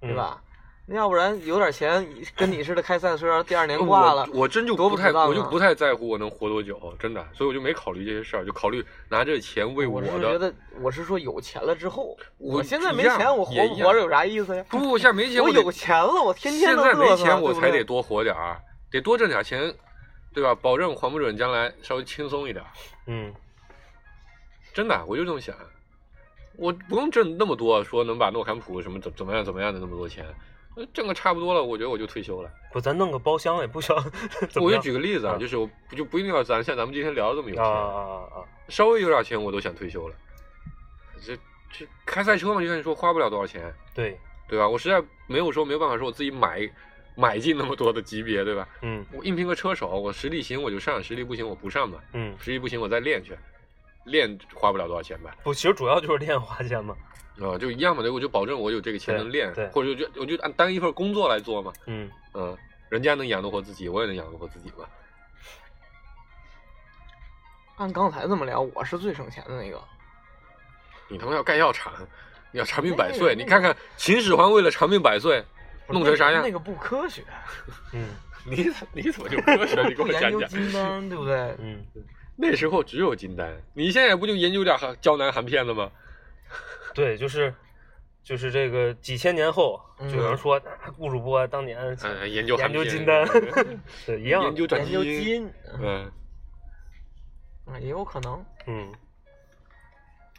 C: 嗯
B: 对吧？那要不然有点钱，跟你似的开赛车，第二年挂
D: 我
B: 了，
D: 我真就
B: 多
D: 不
B: 不
D: 太，
B: 值当
D: 我就
B: 啊
D: 不太在乎我能活多久，真的，所以我就没考虑这些事儿，就考虑拿这钱为
B: 我是觉
D: 的。
B: 得我是说有钱了之后，
D: 我
B: 我现在没
D: 一样
B: 钱，我活不
D: 也一样
B: 活着有啥意思呀？
D: 不，我现在没钱，
B: 我
D: 得
B: 有钱了，我天天
D: 现
B: 都
D: 在没
B: 嘚瑟
D: 钱，我
B: 对不
D: 才
B: 对
D: 得多活点儿，得多挣点钱，对吧？保证还不准将来稍微轻松一点儿。
C: 嗯
D: 真的，我就这么想，我不用挣那么多，说能把诺坎普什么怎怎么样怎么样的那么多钱，呃挣个差不多了，我觉得我就退休了。
C: 不，咱弄个包厢也不行。 *laughs* 怎么
D: 我就
C: 样
D: 举个例子啊，
C: 啊
D: 就是我不就不一定要咱像咱们今天聊的这么有
C: 啊
D: 钱，
C: 啊啊啊！
D: 稍微有点钱我都想退休了。这这开赛车嘛，就像你说花不了多少钱，
C: 对，
D: 对吧？我实在没有说没有办法说我自己买买进那么多的级别，对吧？
C: 嗯
D: 我应聘个车手，我实力行我就上，实力不行我不上吧，
C: 嗯，
D: 实力不行我再练去，练花不了多少钱吧，
C: 不，其实主要就是练花钱嘛。
D: 啊、就一样嘛，对我就保证我有这个钱
C: 对
D: 能练
C: 对，
D: 或者就我就按当一份工作来做嘛，
C: 嗯，
D: 嗯，人家能养得活自己，我也能养得活自己嘛，
B: 按刚才这么聊，我是最省钱的那个。
D: 你他妈要盖药厂，你要长命百岁，
B: 那个
D: 你看看秦始皇为了长命百岁
B: 不是
D: 弄成啥样 *laughs*
B: 那个那，个不科学，
C: 嗯
D: 你你怎么就科学？你给
B: 不
D: 我讲
B: 研究
D: 讲，
B: 金丹，对不对？
C: 嗯，
D: *laughs* 那时候只有金丹，你现在不就研究点韩胶囊含片了吗？
C: 对，就是就是这个几千年后，就有人说啊顾主播当年
D: 嗯，研究
C: 研
D: 含
C: 究
D: 片，，
C: 金丹 *laughs* 对，一样
D: *laughs* 研，究转
B: 研
D: 基
B: 究基
D: 因，
B: 因，
D: 嗯，
B: 嗯，也有可能。
C: 嗯，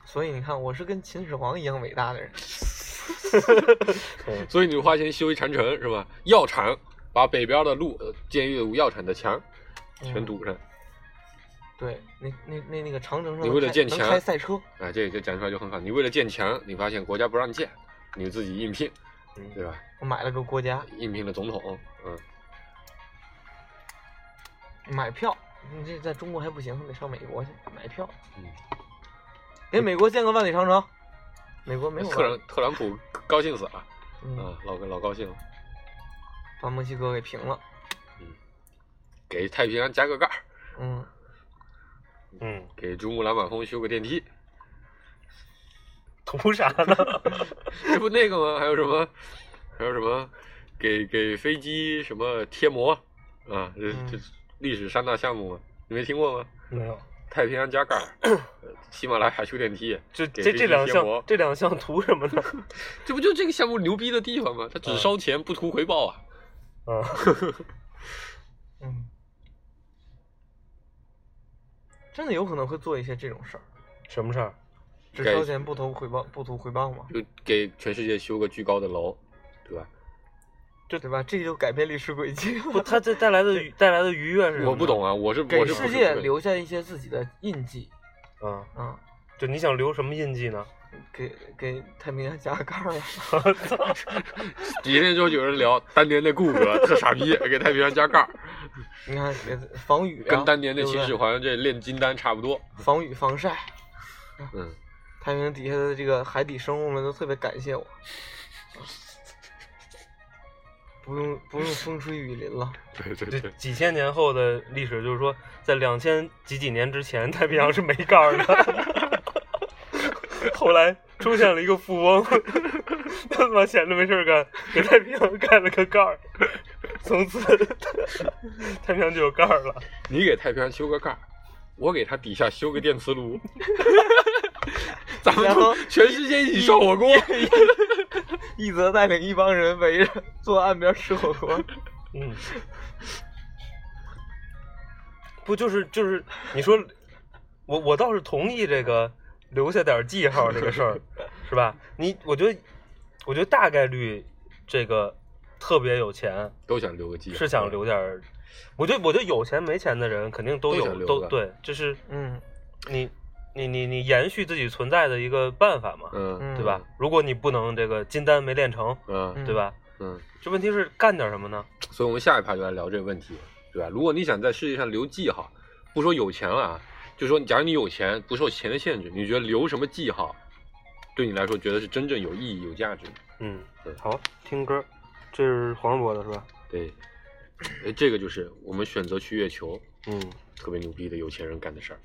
B: 所以你看，我是跟秦始皇一样伟大的人。
D: 所以你花钱修一长城是吧？药厂把北边的路、呃监狱无药厂的墙全
B: 嗯
D: 堵上，
B: 对，那那那那个长城上
D: 你
B: 能
D: 为了
B: 开
D: 建
B: 能
D: 墙
B: 开赛车，
D: 啊，这这讲出来就很好。你为了建墙，你发现国家不让建，你就自己应聘，
C: 嗯
D: 对吧？
B: 我买了个国家，
D: 应聘了总统，嗯，
B: 买票，你这在中国还不行，得上美国去买票。
D: 嗯
B: 给美国建个万里长城，美国没有啊
D: 特
B: 万
D: 朗
B: 里，
D: 特朗普高兴死了，啊、
B: 嗯，
D: 老老高兴了，
B: 把墨西哥给平了，
D: 给太平洋加个盖儿，
B: 嗯，
C: 嗯，
D: 给珠穆朗玛峰修个电梯， *laughs*
C: 图啥呢？ *laughs*
D: 这不那个吗？还有什么？还有什么？给给飞机什么贴膜啊？这这
B: 嗯
D: 历史三大项目吗？你没听过吗？
C: 没有，
D: 太平洋加盖儿，呃喜马拉雅修电梯，
C: 这
D: 给
C: 这
D: 飞
C: 这
D: 机
C: 两
D: 贴
C: 项
D: 膜
C: 这两项图什么呢？
D: 这不就这个项目牛逼的地方吗？它只烧钱不图回报啊！
C: 嗯，
B: 嗯，真的有可能会做一些这种事儿，
C: 什么事儿？
B: 只
D: 该
B: 烧钱不图回报，不图回报嘛，
D: 就给全世界修个巨高的楼，对吧？
B: 这对吧？这就改变历史轨迹
C: 不，
B: 了，
C: 它这带来的愉带来的愉悦是什么？
D: 我不。懂啊，我是
B: 给
D: 我是
B: 世
D: 不是
B: 界
D: 不
B: 留下一些自己的印记
C: 嗯，
B: 啊，
C: 就你想留什么印记呢？
B: 给给太平洋加个盖儿
D: *laughs*
B: 了。
D: 底下就有人聊当年那顾哥特傻逼，给太平洋加盖儿，
B: 你看，也防雨、啊、
D: 跟当年那
B: 对不
D: 秦
B: 对
D: 始皇这炼金丹差不多。
B: 防雨防晒，
D: 嗯，
B: 太平洋底下的这个海底生物们都特别感谢我，不用不用风吹雨淋了， *laughs*
D: 对对
C: 这
D: 对，
C: 几千年后的历史，就是说，在两千几几年之前，太平洋是没盖儿
D: *laughs*
C: 的。后来出现了一个富翁，他他妈闲着没事儿干，给太平洋盖了个盖儿，从此太平洋就有盖儿了。
D: 你给太平洋修个盖儿，我给它底下修个电磁炉，咱们
B: 然后
D: 就全世界一起烧火锅。
B: 一泽带领一帮人围着坐岸边吃火锅，
C: 嗯， *laughs* 不就是就是你说，我我倒是同意这个留下点记号这个事儿，是吧？你我觉得，我觉得大概率这个特别有钱
D: 都想留个记号，
C: 是想留点儿，我觉得我觉得有钱没钱的人肯定都
D: 都
C: 有
D: 想留
C: 都
D: 着
C: 对，这是
B: 嗯
C: 你你你你延续自己存在的一个办法嘛，
D: 嗯
B: 嗯，
C: 对吧？？如果你不能这个金丹没练成，
D: 嗯
C: 对吧？
D: 嗯，
C: 这问题是干点什么呢？
D: 所以我们下一趴就来聊这个问题，对吧？如果你想在世界上留记号，不说有钱了啊，就说假如你有钱，不受钱的限制，你觉得留什么记号，对你来说觉得是真正有意义、有价值的？
C: 嗯
D: 对，
C: 好，听歌，这是黄世博的是吧？
D: 对，哎，这个就是我们选择去月球
C: 嗯，
D: 特别牛逼的有钱人干的事儿。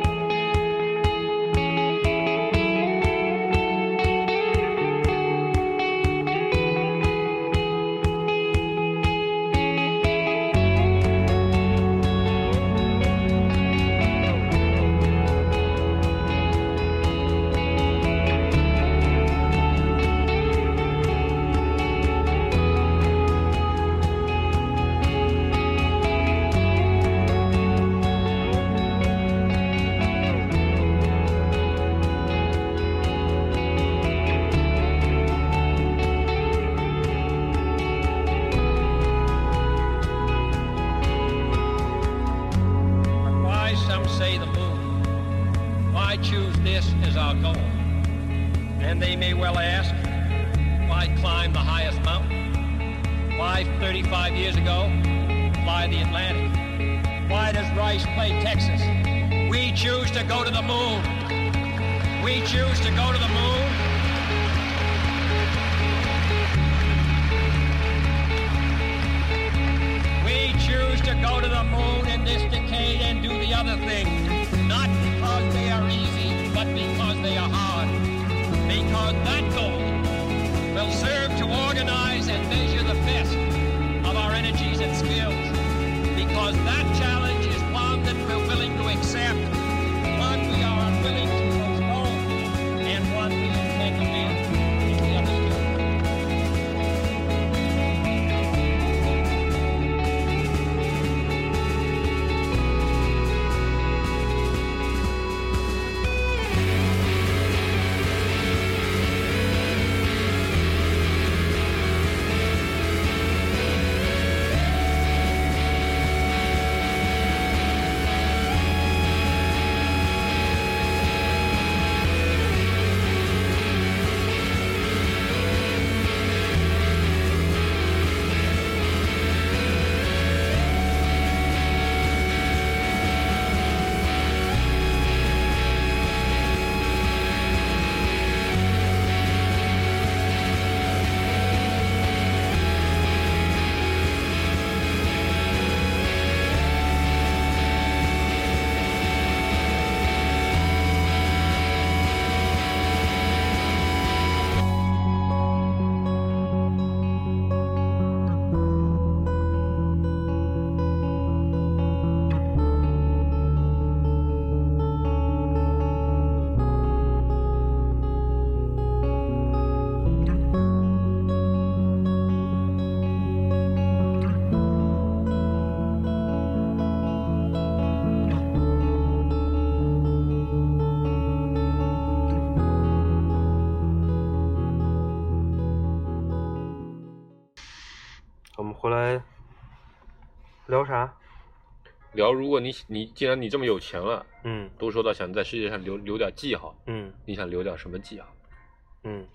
F: Thank way the moon. Why choose this as our goal? Then they may well ask, why climb the highest mountain? Why 35 years ago fly the Atlantic? Why does Rice play Texas? We choose to go to the moon. We choose to go to the moon. We choose to go to the moon in this decade and do the other thing. Not because they are easy, but because they are hard. Because that goal will serve to organize and measure the best of our energies and skills. Because that challenge is one that we're willing to accept, one we are unwilling to postpone, and one we intend to live if we understood.
C: 我们回来聊啥？
D: 聊，如果你你既然你这么有钱了，
C: 嗯
D: 都说到想在世界上留留点记号，
C: 嗯
D: 你想留点什么记号？
C: 嗯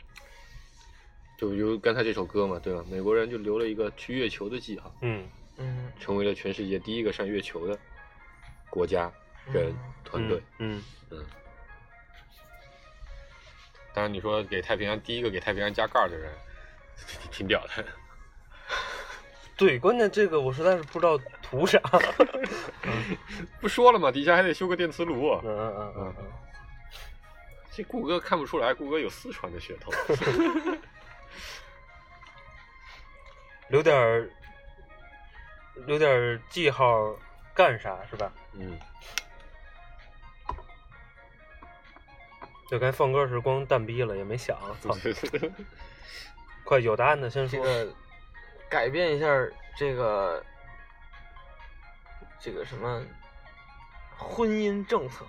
D: 就比如刚才这首歌嘛，对吧？美国人就留了一个去月球的记号，
C: 嗯
B: 嗯，
D: 成为了全世界第一个上月球的国家人
B: 嗯
D: 团队。
C: 嗯
D: 当然，你说给太平洋第一个给太平洋加盖儿的人， *laughs* 挺挺屌的。 *laughs*
C: 对，关键这个我实在是不知道图啥。 *laughs*
D: 不说了嘛，底下还得修个电磁炉。 *laughs*
C: 嗯嗯嗯嗯
D: 这顾哥看不出来，顾哥有四川的血统。 *laughs*
C: 留点儿留点儿记号干啥是吧？
D: 嗯，
C: 就该放歌时光蛋逼了，也没想。操，
D: 对
C: 快有答案的先
B: 这
C: 说。
B: 个改变一下这个这个什么婚姻政策，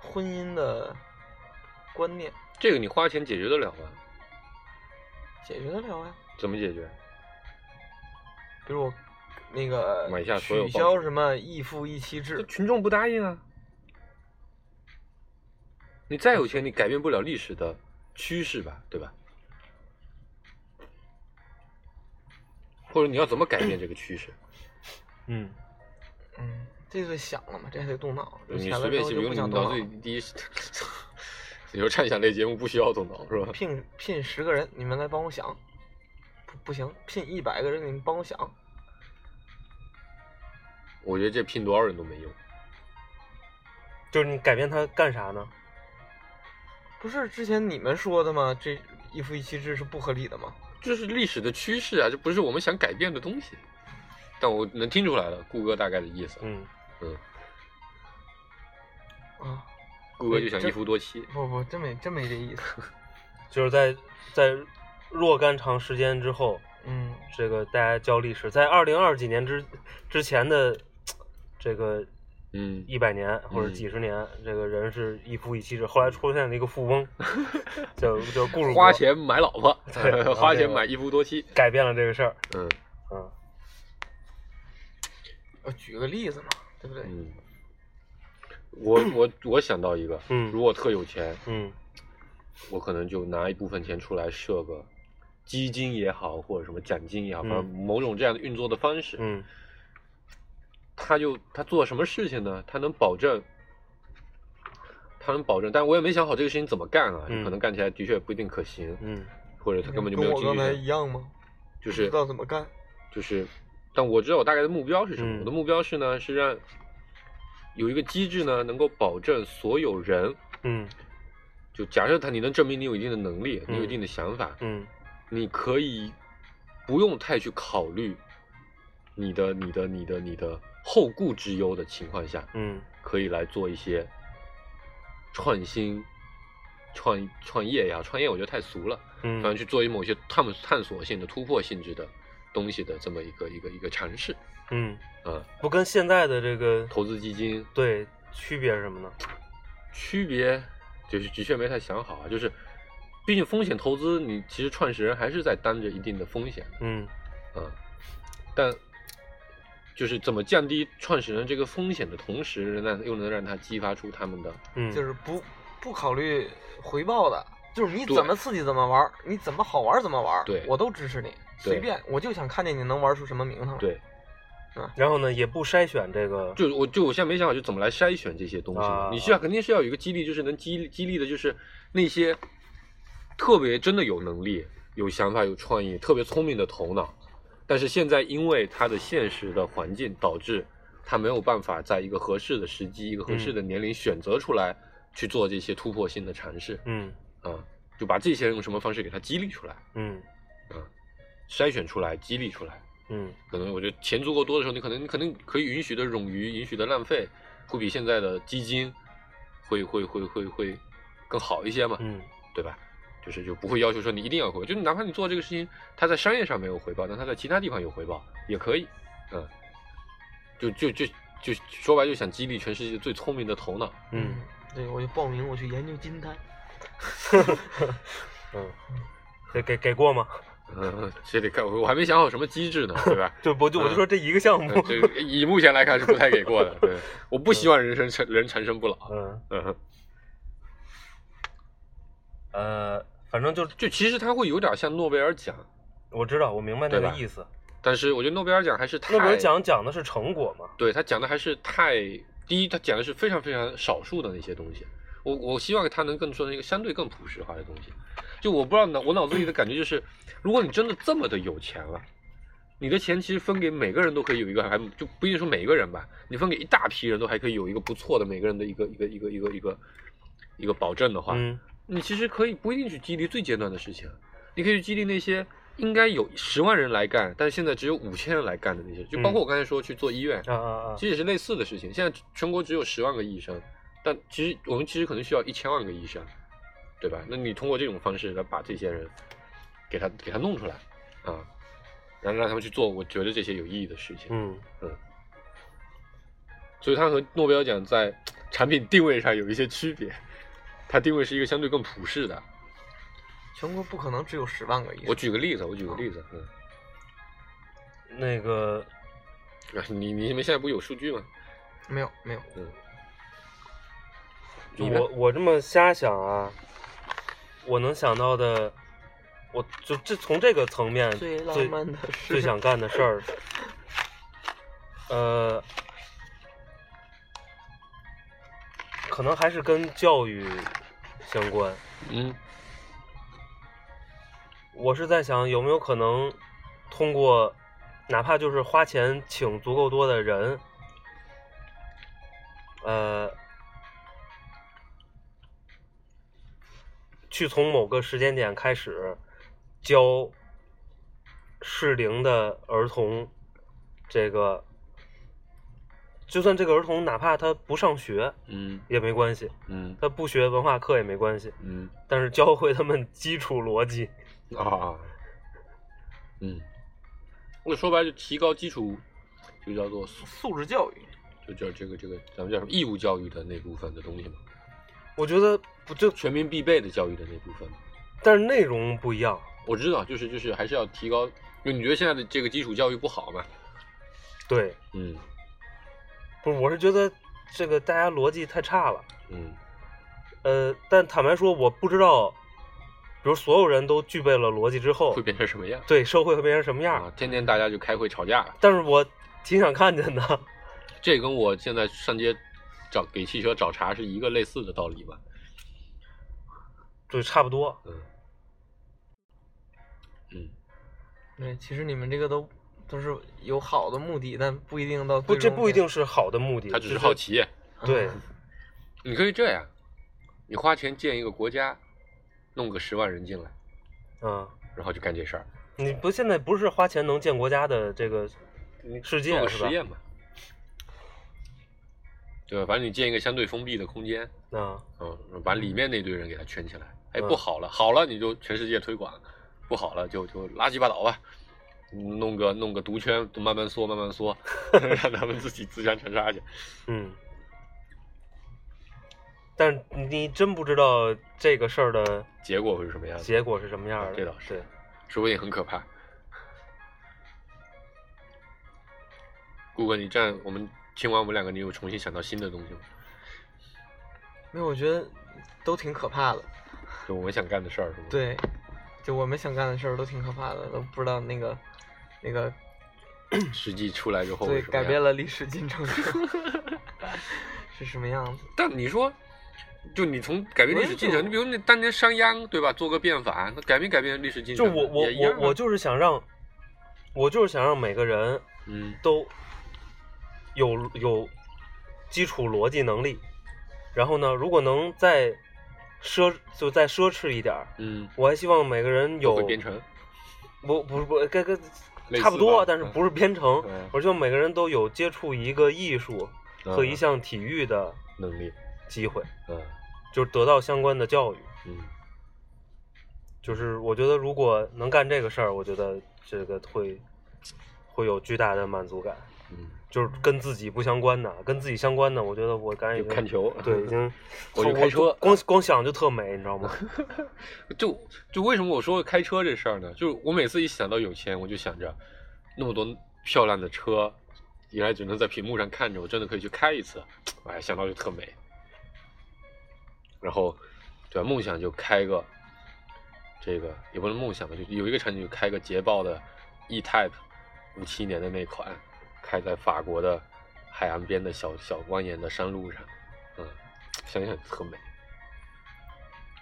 B: 婚姻的观念
D: *laughs* 这个你花钱解决得了吗？
B: 解决得了呀。
D: 怎么解决？
B: 比如我那个
D: 买下所有
B: 取
D: 报
B: 消
D: 纸
B: 什么一夫一妻
D: 这
B: 制，
D: 群众不答应啊！你再有钱，你改变不了历史的趋势吧，对吧？或者你要怎么改变这个趋势？
C: 嗯，
B: 嗯，这就想了嘛，这还得动脑。有
D: 你
B: 钱了之
D: 随便
B: 后
D: 写，
B: 就
D: 比如
B: 不
D: 你
B: 想动
D: 脑
B: 脑
D: 子里第一， *laughs* 你说畅想类节目不需要动脑是吧？
B: 聘聘十个人，你们来帮我想。不不行，聘一百个人，你们帮我想。
D: 我觉得这拼多少人都没用。
C: 就是你改变它干啥呢？
B: 不是之前你们说的吗？这一夫一妻制是不合理的吗？
D: 这是历史的趋势啊，这不是我们想改变的东西。但我能听出来了，顾哥大概的意思。
C: 嗯，
D: 嗯，
B: 啊，
D: 顾哥就想
B: 这
D: 一夫多妻。
B: 不不，真没真没这意思。
C: 就是在在若干长时间之后，
B: 嗯，
C: 这个大家教历史，在二零二几年之之前的这个
D: 嗯，
C: 一百年或者
D: 嗯
C: 几十年，这个人是一夫一妻制，后来出现了一个富翁，
D: *laughs*
C: 叫叫顾汝
D: 花
C: 国
D: 钱买老婆
C: 对然，后
D: *laughs* 花
C: 这
D: 钱
C: 个
D: 买一夫多妻。
C: 改变了这个事儿。
D: 嗯
C: 嗯
B: 我举个例子嘛，对不对？
D: 嗯，我我我想到一个，
C: 嗯
D: 如果特有钱，
C: 嗯
D: 我可能就拿一部分钱出来设个基金也好，或者什么奖金也好，
C: 嗯
D: 反正某种这样的运作的方式。
C: 嗯
D: 他就他做什么事情呢？他能保证，他能保证，但我也没想好这个事情怎么干啊，
C: 嗯
D: 可能干起来的确不一定可行，
C: 嗯
D: 或者他根本就没
B: 跟
D: 有
B: 我
D: 经
B: 刚才
D: 济
B: 一，样吗？
D: 就
B: 不知
D: 是
B: 道怎么干。
D: 就是，但我知道我大概的目标是什么。
C: 嗯
D: 我的目标是呢，是让有一个机制呢，能够保证所有人，
C: 嗯
D: 就假设他你能证明你有一定的能力，你有一
C: 嗯
D: 定的想法，
C: 嗯
D: 你可以不用太去考虑你的、你的、你的、你的后顾之忧的情况下，
C: 嗯
D: 可以来做一些创新、创创业呀、创业我觉得太俗了，
C: 嗯
D: 反正去做一某些探探索性的、突破性质的东西的这么一个一个一个尝试
C: 嗯，
D: 啊、
C: 不跟现在的这个
D: 投资基金
C: 对区别是什么呢？
D: 区别就是的确没太想好啊，就是毕竟风险投资，你其实创始人还是在担着一定的风险的。
C: 嗯
D: 啊，但就是怎么降低创始人这个风险的同时，仍然又能让他激发出他们的
C: 嗯，
B: 就是不不考虑回报的，就是你
D: 对
B: 怎么刺激怎么玩儿，你怎么好玩儿怎么玩儿，
D: 对
B: 我都支持你，随便，我就想看见你能玩出什么名堂来。
D: 对，
C: 然后呢也不筛选这个
D: 就我就我现在没想好就怎么来筛选这些东西嘛，
C: 啊
D: 你需要肯定是要有一个激励，就是能激励激励的，就是那些特别真的有能力、有想法、有创意、特别聪明的头脑，但是现在因为他的现实的环境导致他没有办法在一个合适的时机、一个合适
C: 嗯
D: 的年龄选择出来去做这些突破性的尝试。
C: 嗯
D: 啊，就把这些人用什么方式给他激励出来
C: 嗯
D: 啊，筛选出来，激励出来。
C: 嗯
D: 可能我觉得钱足够多的时候，你可能你可能可以允许的冗余，允许的浪费，会比现在的基金会会会会会更好一些嘛，
C: 嗯
D: 对吧？就是就不会要求说你一定要回报，就哪怕你做这个事情，它在商业上没有回报，但它在其他地方有回报也可以，嗯，就就就就说白就想激励全世界最聪明的头脑，
C: 嗯，
B: 对，我就报名，我去研究金丹。
C: *laughs* 嗯，给给给过吗？
D: 嗯，这得看我我还没想好什么机制呢，对吧？
C: 对，我就我就说这一个项目
D: 呃，这个以目前来看是不太给过的。对，我不希望人生成人长生不老。
C: 嗯
D: 嗯，
C: 呃，反正就
D: 就其实它会有点像诺贝尔奖，
C: 我知道，我明白那
D: 对
C: 个
D: 吧
C: 意思。
D: 但是我觉得诺贝尔奖还是太
C: 诺贝尔奖讲的是成果嘛，
D: 对他讲的还是太第一，他讲的是非常非常少数的那些东西。我我希望他能更说成一个相对更朴实化的东西。就我不知道脑我脑子里的感觉就是，如果你真的这么的有钱了，你的钱其实分给每个人都可以有一个还就不一定说每个人吧，你分给一大批人都还可以有一个不错的每个人的一个一个一个一个一个一个保证的话，
C: 嗯
D: 你其实可以不一定去激励最尖端的事情，你可以去激励那些应该有十万人来干，但是现在只有五千人来干的那些，就包括我刚才说去做医院，
C: 啊啊啊，
D: 其实也是类似的事情。现在全国只有十万个医生，但其实我们其实可能需要一千万个医生，对吧？那你通过这种方式来把这些人给他给他弄出来啊，然后让他们去做我觉得这些有意义的事情。
C: 嗯
D: 所以它和诺贝尔奖在产品定位上有一些区别，它定位是一个相对更普世的。
B: 全国不可能只有十万个医生。
D: 我举个例子，我举个例子，嗯。
C: 那个
D: 啊， *laughs* 你你们现在不有数据吗？
B: 没有没有，
C: 就
D: 你呢
C: 我我这么瞎想啊，我能想到的，我就这从这个层面
B: 最
C: 最
B: 浪漫的事
C: 最想干的事儿，呃，可能还是跟教育相关。
D: 嗯
C: 我是在想有没有可能通过，哪怕就是花钱请足够多的人，呃，去从某个时间点开始教适龄的儿童这个，就算这个儿童哪怕他不上学
D: 嗯
C: 也没关系，
D: 嗯
C: 他不学文化课也没关系，
D: 嗯
C: 但是教会他们基础逻辑。
D: *laughs* 啊，嗯，我说白了就提高基础，就叫做
B: 素质教育，
D: 就叫这个这个咱们叫什么义务教育的那部分的东西嘛，
C: 我觉得不就，
D: 全民必备的教育的那部分。
C: 但是内容不一样。
D: 我知道，就是就是还是要提高，因为你觉得现在的这个基础教育不好嘛？
C: 对，
D: 嗯
C: 不是，我是觉得这个大家逻辑太差了。
D: 嗯
C: 呃，但坦白说，我不知道，比如所有人都具备了逻辑之后
D: *laughs* 会，变成什么样？
C: 对社会会变成什么样？
D: 啊，天天大家就开会吵架，
C: 但是我挺想看见的。
D: 这跟我现在上街找给汽车找茬是一个类似的道理吧？
C: 对，差不多。
D: 嗯嗯，
B: 对，其实你们这个都都是有好的目的，但不一定到
C: 不，
B: 最
C: 这
B: 终嗯
C: 不一
B: 变
C: 定是好的目的，
D: 嗯他只是好。奇。 *laughs*
C: 对，
D: 你可以这样，你花钱建一个国家，弄个十万人进来，
C: 嗯，
D: 然后就干这事儿，
C: 你不现在不是花钱能建国家的这个世
D: 做
C: 界
D: 个
C: 是吧
D: 实？验嘛。对吧？反正你建一个相对封闭的空间，
C: 嗯，
D: 嗯，把里面那堆人给他圈起来。哎，
C: 嗯
D: 不好了，好了你就全世界推广，不好了就就垃圾吧倒吧，弄个弄个毒圈，慢慢缩，慢慢缩， *laughs* 让他们自己自相残杀去。
C: 嗯，但是你真不知道这个事儿的
D: 结果会是什么样子？啊
C: 结果是什么样的。
D: 这倒是
C: 对
D: 说不定很可怕。顾哥，你这样，我们听完我们两个，你有重新想到新的东西吗？
B: 没有，我觉得都挺可怕的。
D: 就我们想干的事儿是吗？，
B: 对，就我们想干的事儿都挺可怕的，都不知道那个那个
D: 实际出来之后
B: 对
D: 会什么
B: 改
D: 样
B: 变。了历史进程之后是什么样子。
D: 但你说，就你从改变历史进
B: 我也就
D: 程，你比如你当年商鞅对吧，做个变法，那改没改变历史进
C: 就
D: 程呢？
C: 我我
D: 也一样
C: 我
D: 啊
C: 我就是想让，我就是想让每个人
D: 嗯
C: 都有有基础逻辑能力，然后呢，如果能再奢就再奢侈一点儿，
D: 嗯
C: 我还希望每个人
D: 都
C: 有
D: 会编程，
C: 不不不该该
D: 类似
C: 差不多
D: 吧，
C: 但是
D: 嗯
C: 不是编程，
D: 嗯
C: 我希望每个人都有接触一个艺术和
D: 嗯
C: 一项体育的
D: 能力，
C: 机会，
D: 嗯
C: 就是得到相关的教育。
D: 嗯，
C: 就是我觉得如果能干这个事儿，我觉得这个会会有巨大的满足感。
D: 嗯，
C: 就是跟自己不相关的，跟自己相关的，我觉得我刚才已
D: 就
C: 经
D: 看球，
C: 对，已经
D: *laughs* 我就开车
C: 光光想就特美，你知道吗？ *laughs*
D: 就就为什么我说开车这事儿呢？就是我每次一想到有钱，我就想着那么多漂亮的车，原来只能在屏幕上看着，我真的可以去开一次，哎，想到就特美。然后，对吧？梦想就开个这个也不能梦想吧，就有一个场景就开个捷豹的 E-Type，五七年的那款，开在法国的海岸边的小小蜿蜒的山路上，嗯，想想特美。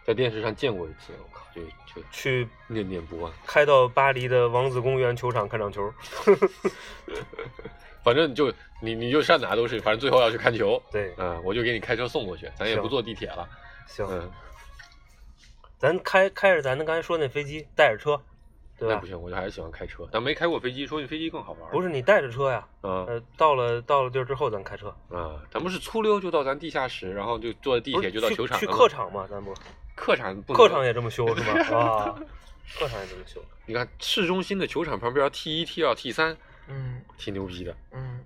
D: 在电视上见过一次，我靠，就就
C: 去
D: 念念不忘。
C: 开到巴黎的王子公园球场看场球，
D: 反正就你你就上哪都是，反正最后要去看球。
C: 对
D: 嗯，我就给你开车送过去，咱也
C: 行
D: 不坐地铁了。
C: 行，
D: 嗯，
C: 咱开开着咱的刚才说那飞机，带着车，对
D: 那
C: 吧
D: 不？行，我就还是喜欢开车，啊但没开过飞机，说你飞机更好玩。啊
C: 不，是你带着车呀，
D: 嗯
C: 呃，到了到了地儿之后咱开车，
D: 嗯，咱们是粗溜就到咱地下室，然后就坐地
C: 不
D: 铁
C: 是
D: 就到
C: 去
D: 球场
C: 去
D: 了嘛
C: 客，场嘛，咱不
D: 客场不能
C: 客场也这么修是吧？
D: *laughs*
C: 啊，客场也这么修，
D: 你看市中心的球场旁边 T 一、T 二、T 三，
B: 嗯
D: 挺牛逼的。
B: 嗯，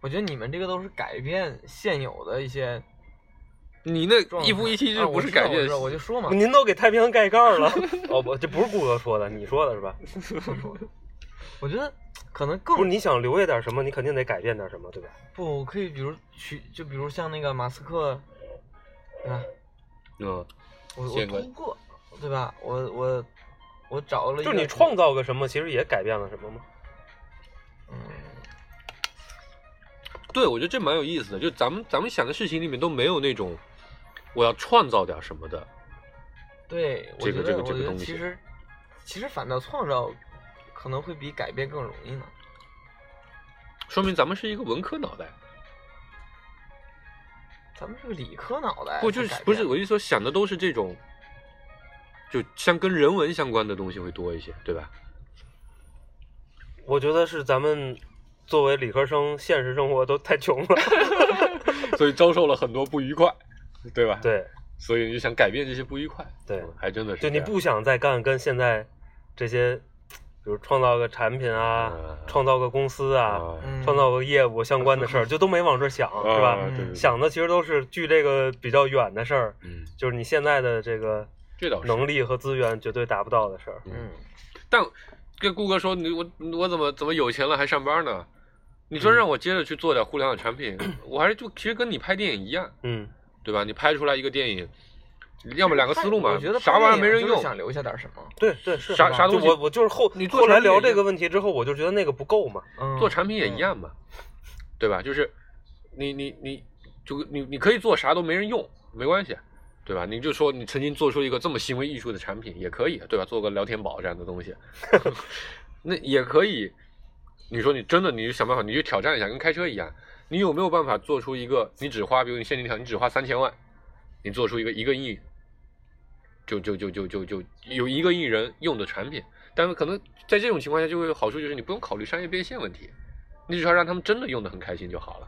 B: 我觉得你们这个都是改变现有的一些
D: 你那
B: 状态。
D: 一夫一妻
B: 啊
D: 制不
B: 我
D: 是
B: 知道
D: 改
B: 我
D: 变
B: 知道？我就说嘛，
C: *laughs* 您都给太平洋盖盖儿了， *laughs* 嗯哦不，这不是顾哥说的，你说的是吧？
B: 我觉得可能
C: 不是
B: 更
C: 你想留下点什么，你肯定得改变点什么，对吧？
B: 不我可以，比如取就比如像那个马斯克，对吧？
D: 嗯，
B: 我我
D: 见过
B: 通过，对吧？我我我找了一
C: 就
B: 个，
C: 是你创造个什么，其实也改变了什么吗？
B: 嗯，
D: 对，我觉得这蛮有意思的，就咱们咱们想的事情里面都没有那种我要创造点什么的。
B: 对，我
D: 这个
B: 觉得
D: 这个这个
B: 我觉得
D: 东西
B: 其实其实反倒创造可能会比改变更容易呢。
D: 说明咱们是一个文科脑袋，
B: 咱们是个理科脑袋，
D: 不就是不是我意思说想的都是这种，就像跟人文相关的东西会多一些，对吧？
C: 我觉得是咱们作为理科生，现实生活都太穷了。 *laughs*
D: *laughs* 所以遭受了很多不愉快，对吧？，
C: 对
D: 所以你就想改变这些不愉快，
C: 对
D: 嗯还真的是
C: 就你
D: 这样
C: 不想再干跟现在这些，比如创造个产品啊，
D: 嗯
C: 创造个公司啊，
D: 啊
B: 嗯
C: 创造个业务相关的事儿，就都没往这儿想，
D: 啊
C: 是吧？
D: 对对对
C: 想的其实都是距这个比较远的事儿，
D: 嗯，
C: 就是你现在的这个
D: 这哦倒是
C: 能力和资源绝对达不到的事儿。
B: 嗯，
D: 但跟顾哥说你我我怎么怎么有钱了还上班呢？你说让我接着去做点互联网产品，我还是就其实跟你拍电影一样，
C: 嗯，
D: 对吧？你拍出来一个电影，要么两个思路嘛
B: 我觉得，
D: 啥玩意儿没人
B: 就是
D: 用，
B: 想留下点什么。
C: 对对是
D: 啥
C: 吧
D: 啥
C: 就
D: 东西
C: 我我就是后
D: 你做
C: 后来
D: 产品
C: 聊
D: 也
C: 这
D: 就
C: 个问题之后，我就觉得那个不够嘛，
B: 嗯，
D: 做产品也一样嘛，对吧？就是你你你就你你可以做啥都没人用，没关系，对吧？你就说你曾经做出一个这么行为艺术的产品也可以，对吧？做个聊天宝这样的东西，那也可以。你说你真的你就想办法，你去挑战一下，跟开车一样，你有没有办法做出一个你只花，比如你限定条，你只花三千万，你做出一个一个亿，就就就就就就有一个亿人用的产品，但是可能在这种情况下就会有好处，就是你不用考虑商业变现问题，你只要让他们真的用的很开心就好了，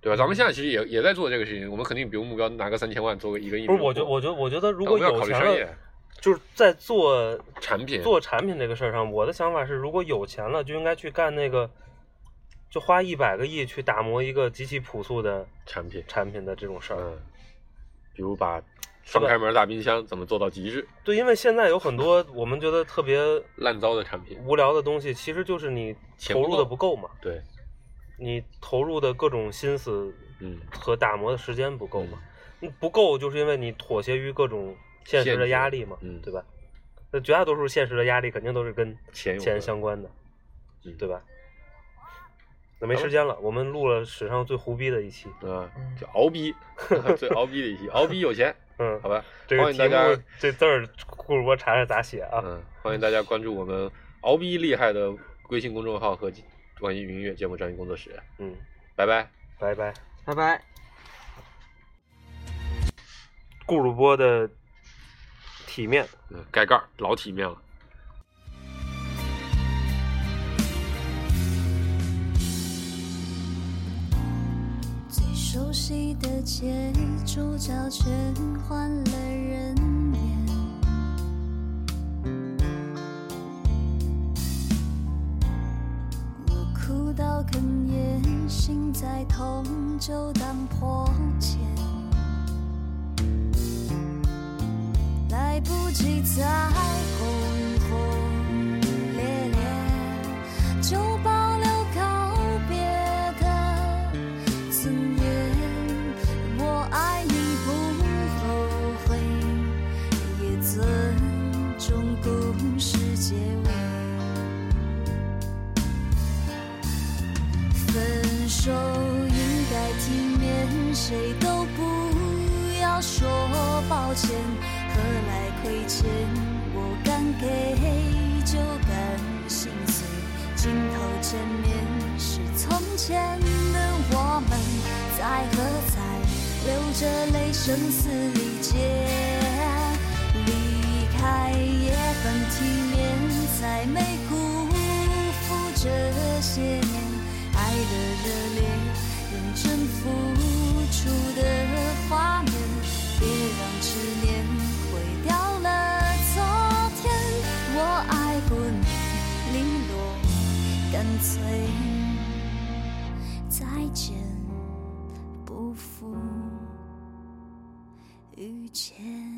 D: 对吧？咱们现在其实也也在做这个事情，我们肯定比如目标拿个三千万，做个一个亿，
C: 不是？我觉我觉得我觉得如
D: 如
C: 果
D: 要
C: 有
D: 考虑
C: 钱
D: 商业
C: 了，就是在做
D: 产品，
C: 做产品这个事儿上，我的想法是，如果有钱了，就应该去干那个，就花一百个亿去打磨一个极其朴素的
D: 产品，
C: 产品的这种事儿。
D: 嗯，比如把双开门大冰箱怎么做到极致，
C: 对，因为现在有很多我们觉得特别
D: 烂糟的产品，
C: 无聊的东西，其实就是你
D: 钱
C: 投
D: 不
C: 入的
D: 够
C: 不够嘛，
D: 对，
C: 你投入的各种心思
D: 嗯，
C: 和打磨的时间不够嘛。你不够，就是因为你妥协于各种现实
D: 限
C: 的
D: 制
C: 压力嘛，
D: 嗯
C: 对吧？那绝大多数现实的压力肯定都是跟
D: 钱有
C: 钱
D: 关
C: 相关的，
D: 嗯
C: 对吧？那没时间了，我们录了史上最胡逼的一期，
D: 啊，就熬逼， *laughs* 最熬逼的一期，熬逼有钱，
C: 嗯
D: *laughs* 好，吧，
C: 这
D: 欢
C: 个
D: 迎
C: 题
D: 大家
C: 目这字儿，顾主播查查咋写啊？
D: 嗯，欢迎大家关注我们敖逼厉害的微信公众号和网易云音乐节目专业工作室，
C: 嗯，
D: 拜拜。
C: 拜拜。
B: 拜拜。
C: 顾主播的体面。
D: 嗯，盖盖儿老体面了。
G: 最熟悉的街，主角全换了人演。我哭到哽咽，心再痛就当破茧，来不及再轰轰烈烈，就保留告别的。尊严，我爱你不后悔，也尊重故事结尾。分手应该体面，谁都不要说抱歉，何来亏欠？我敢给就敢心碎，镜头前面是从前的我们，在喝彩，流着泪声嘶力竭，离开也很体面，才没辜负这些年。爱的热烈，认真付出的画面，别让执念毁掉了昨天。我爱过你，零落，干脆再见，不负遇见。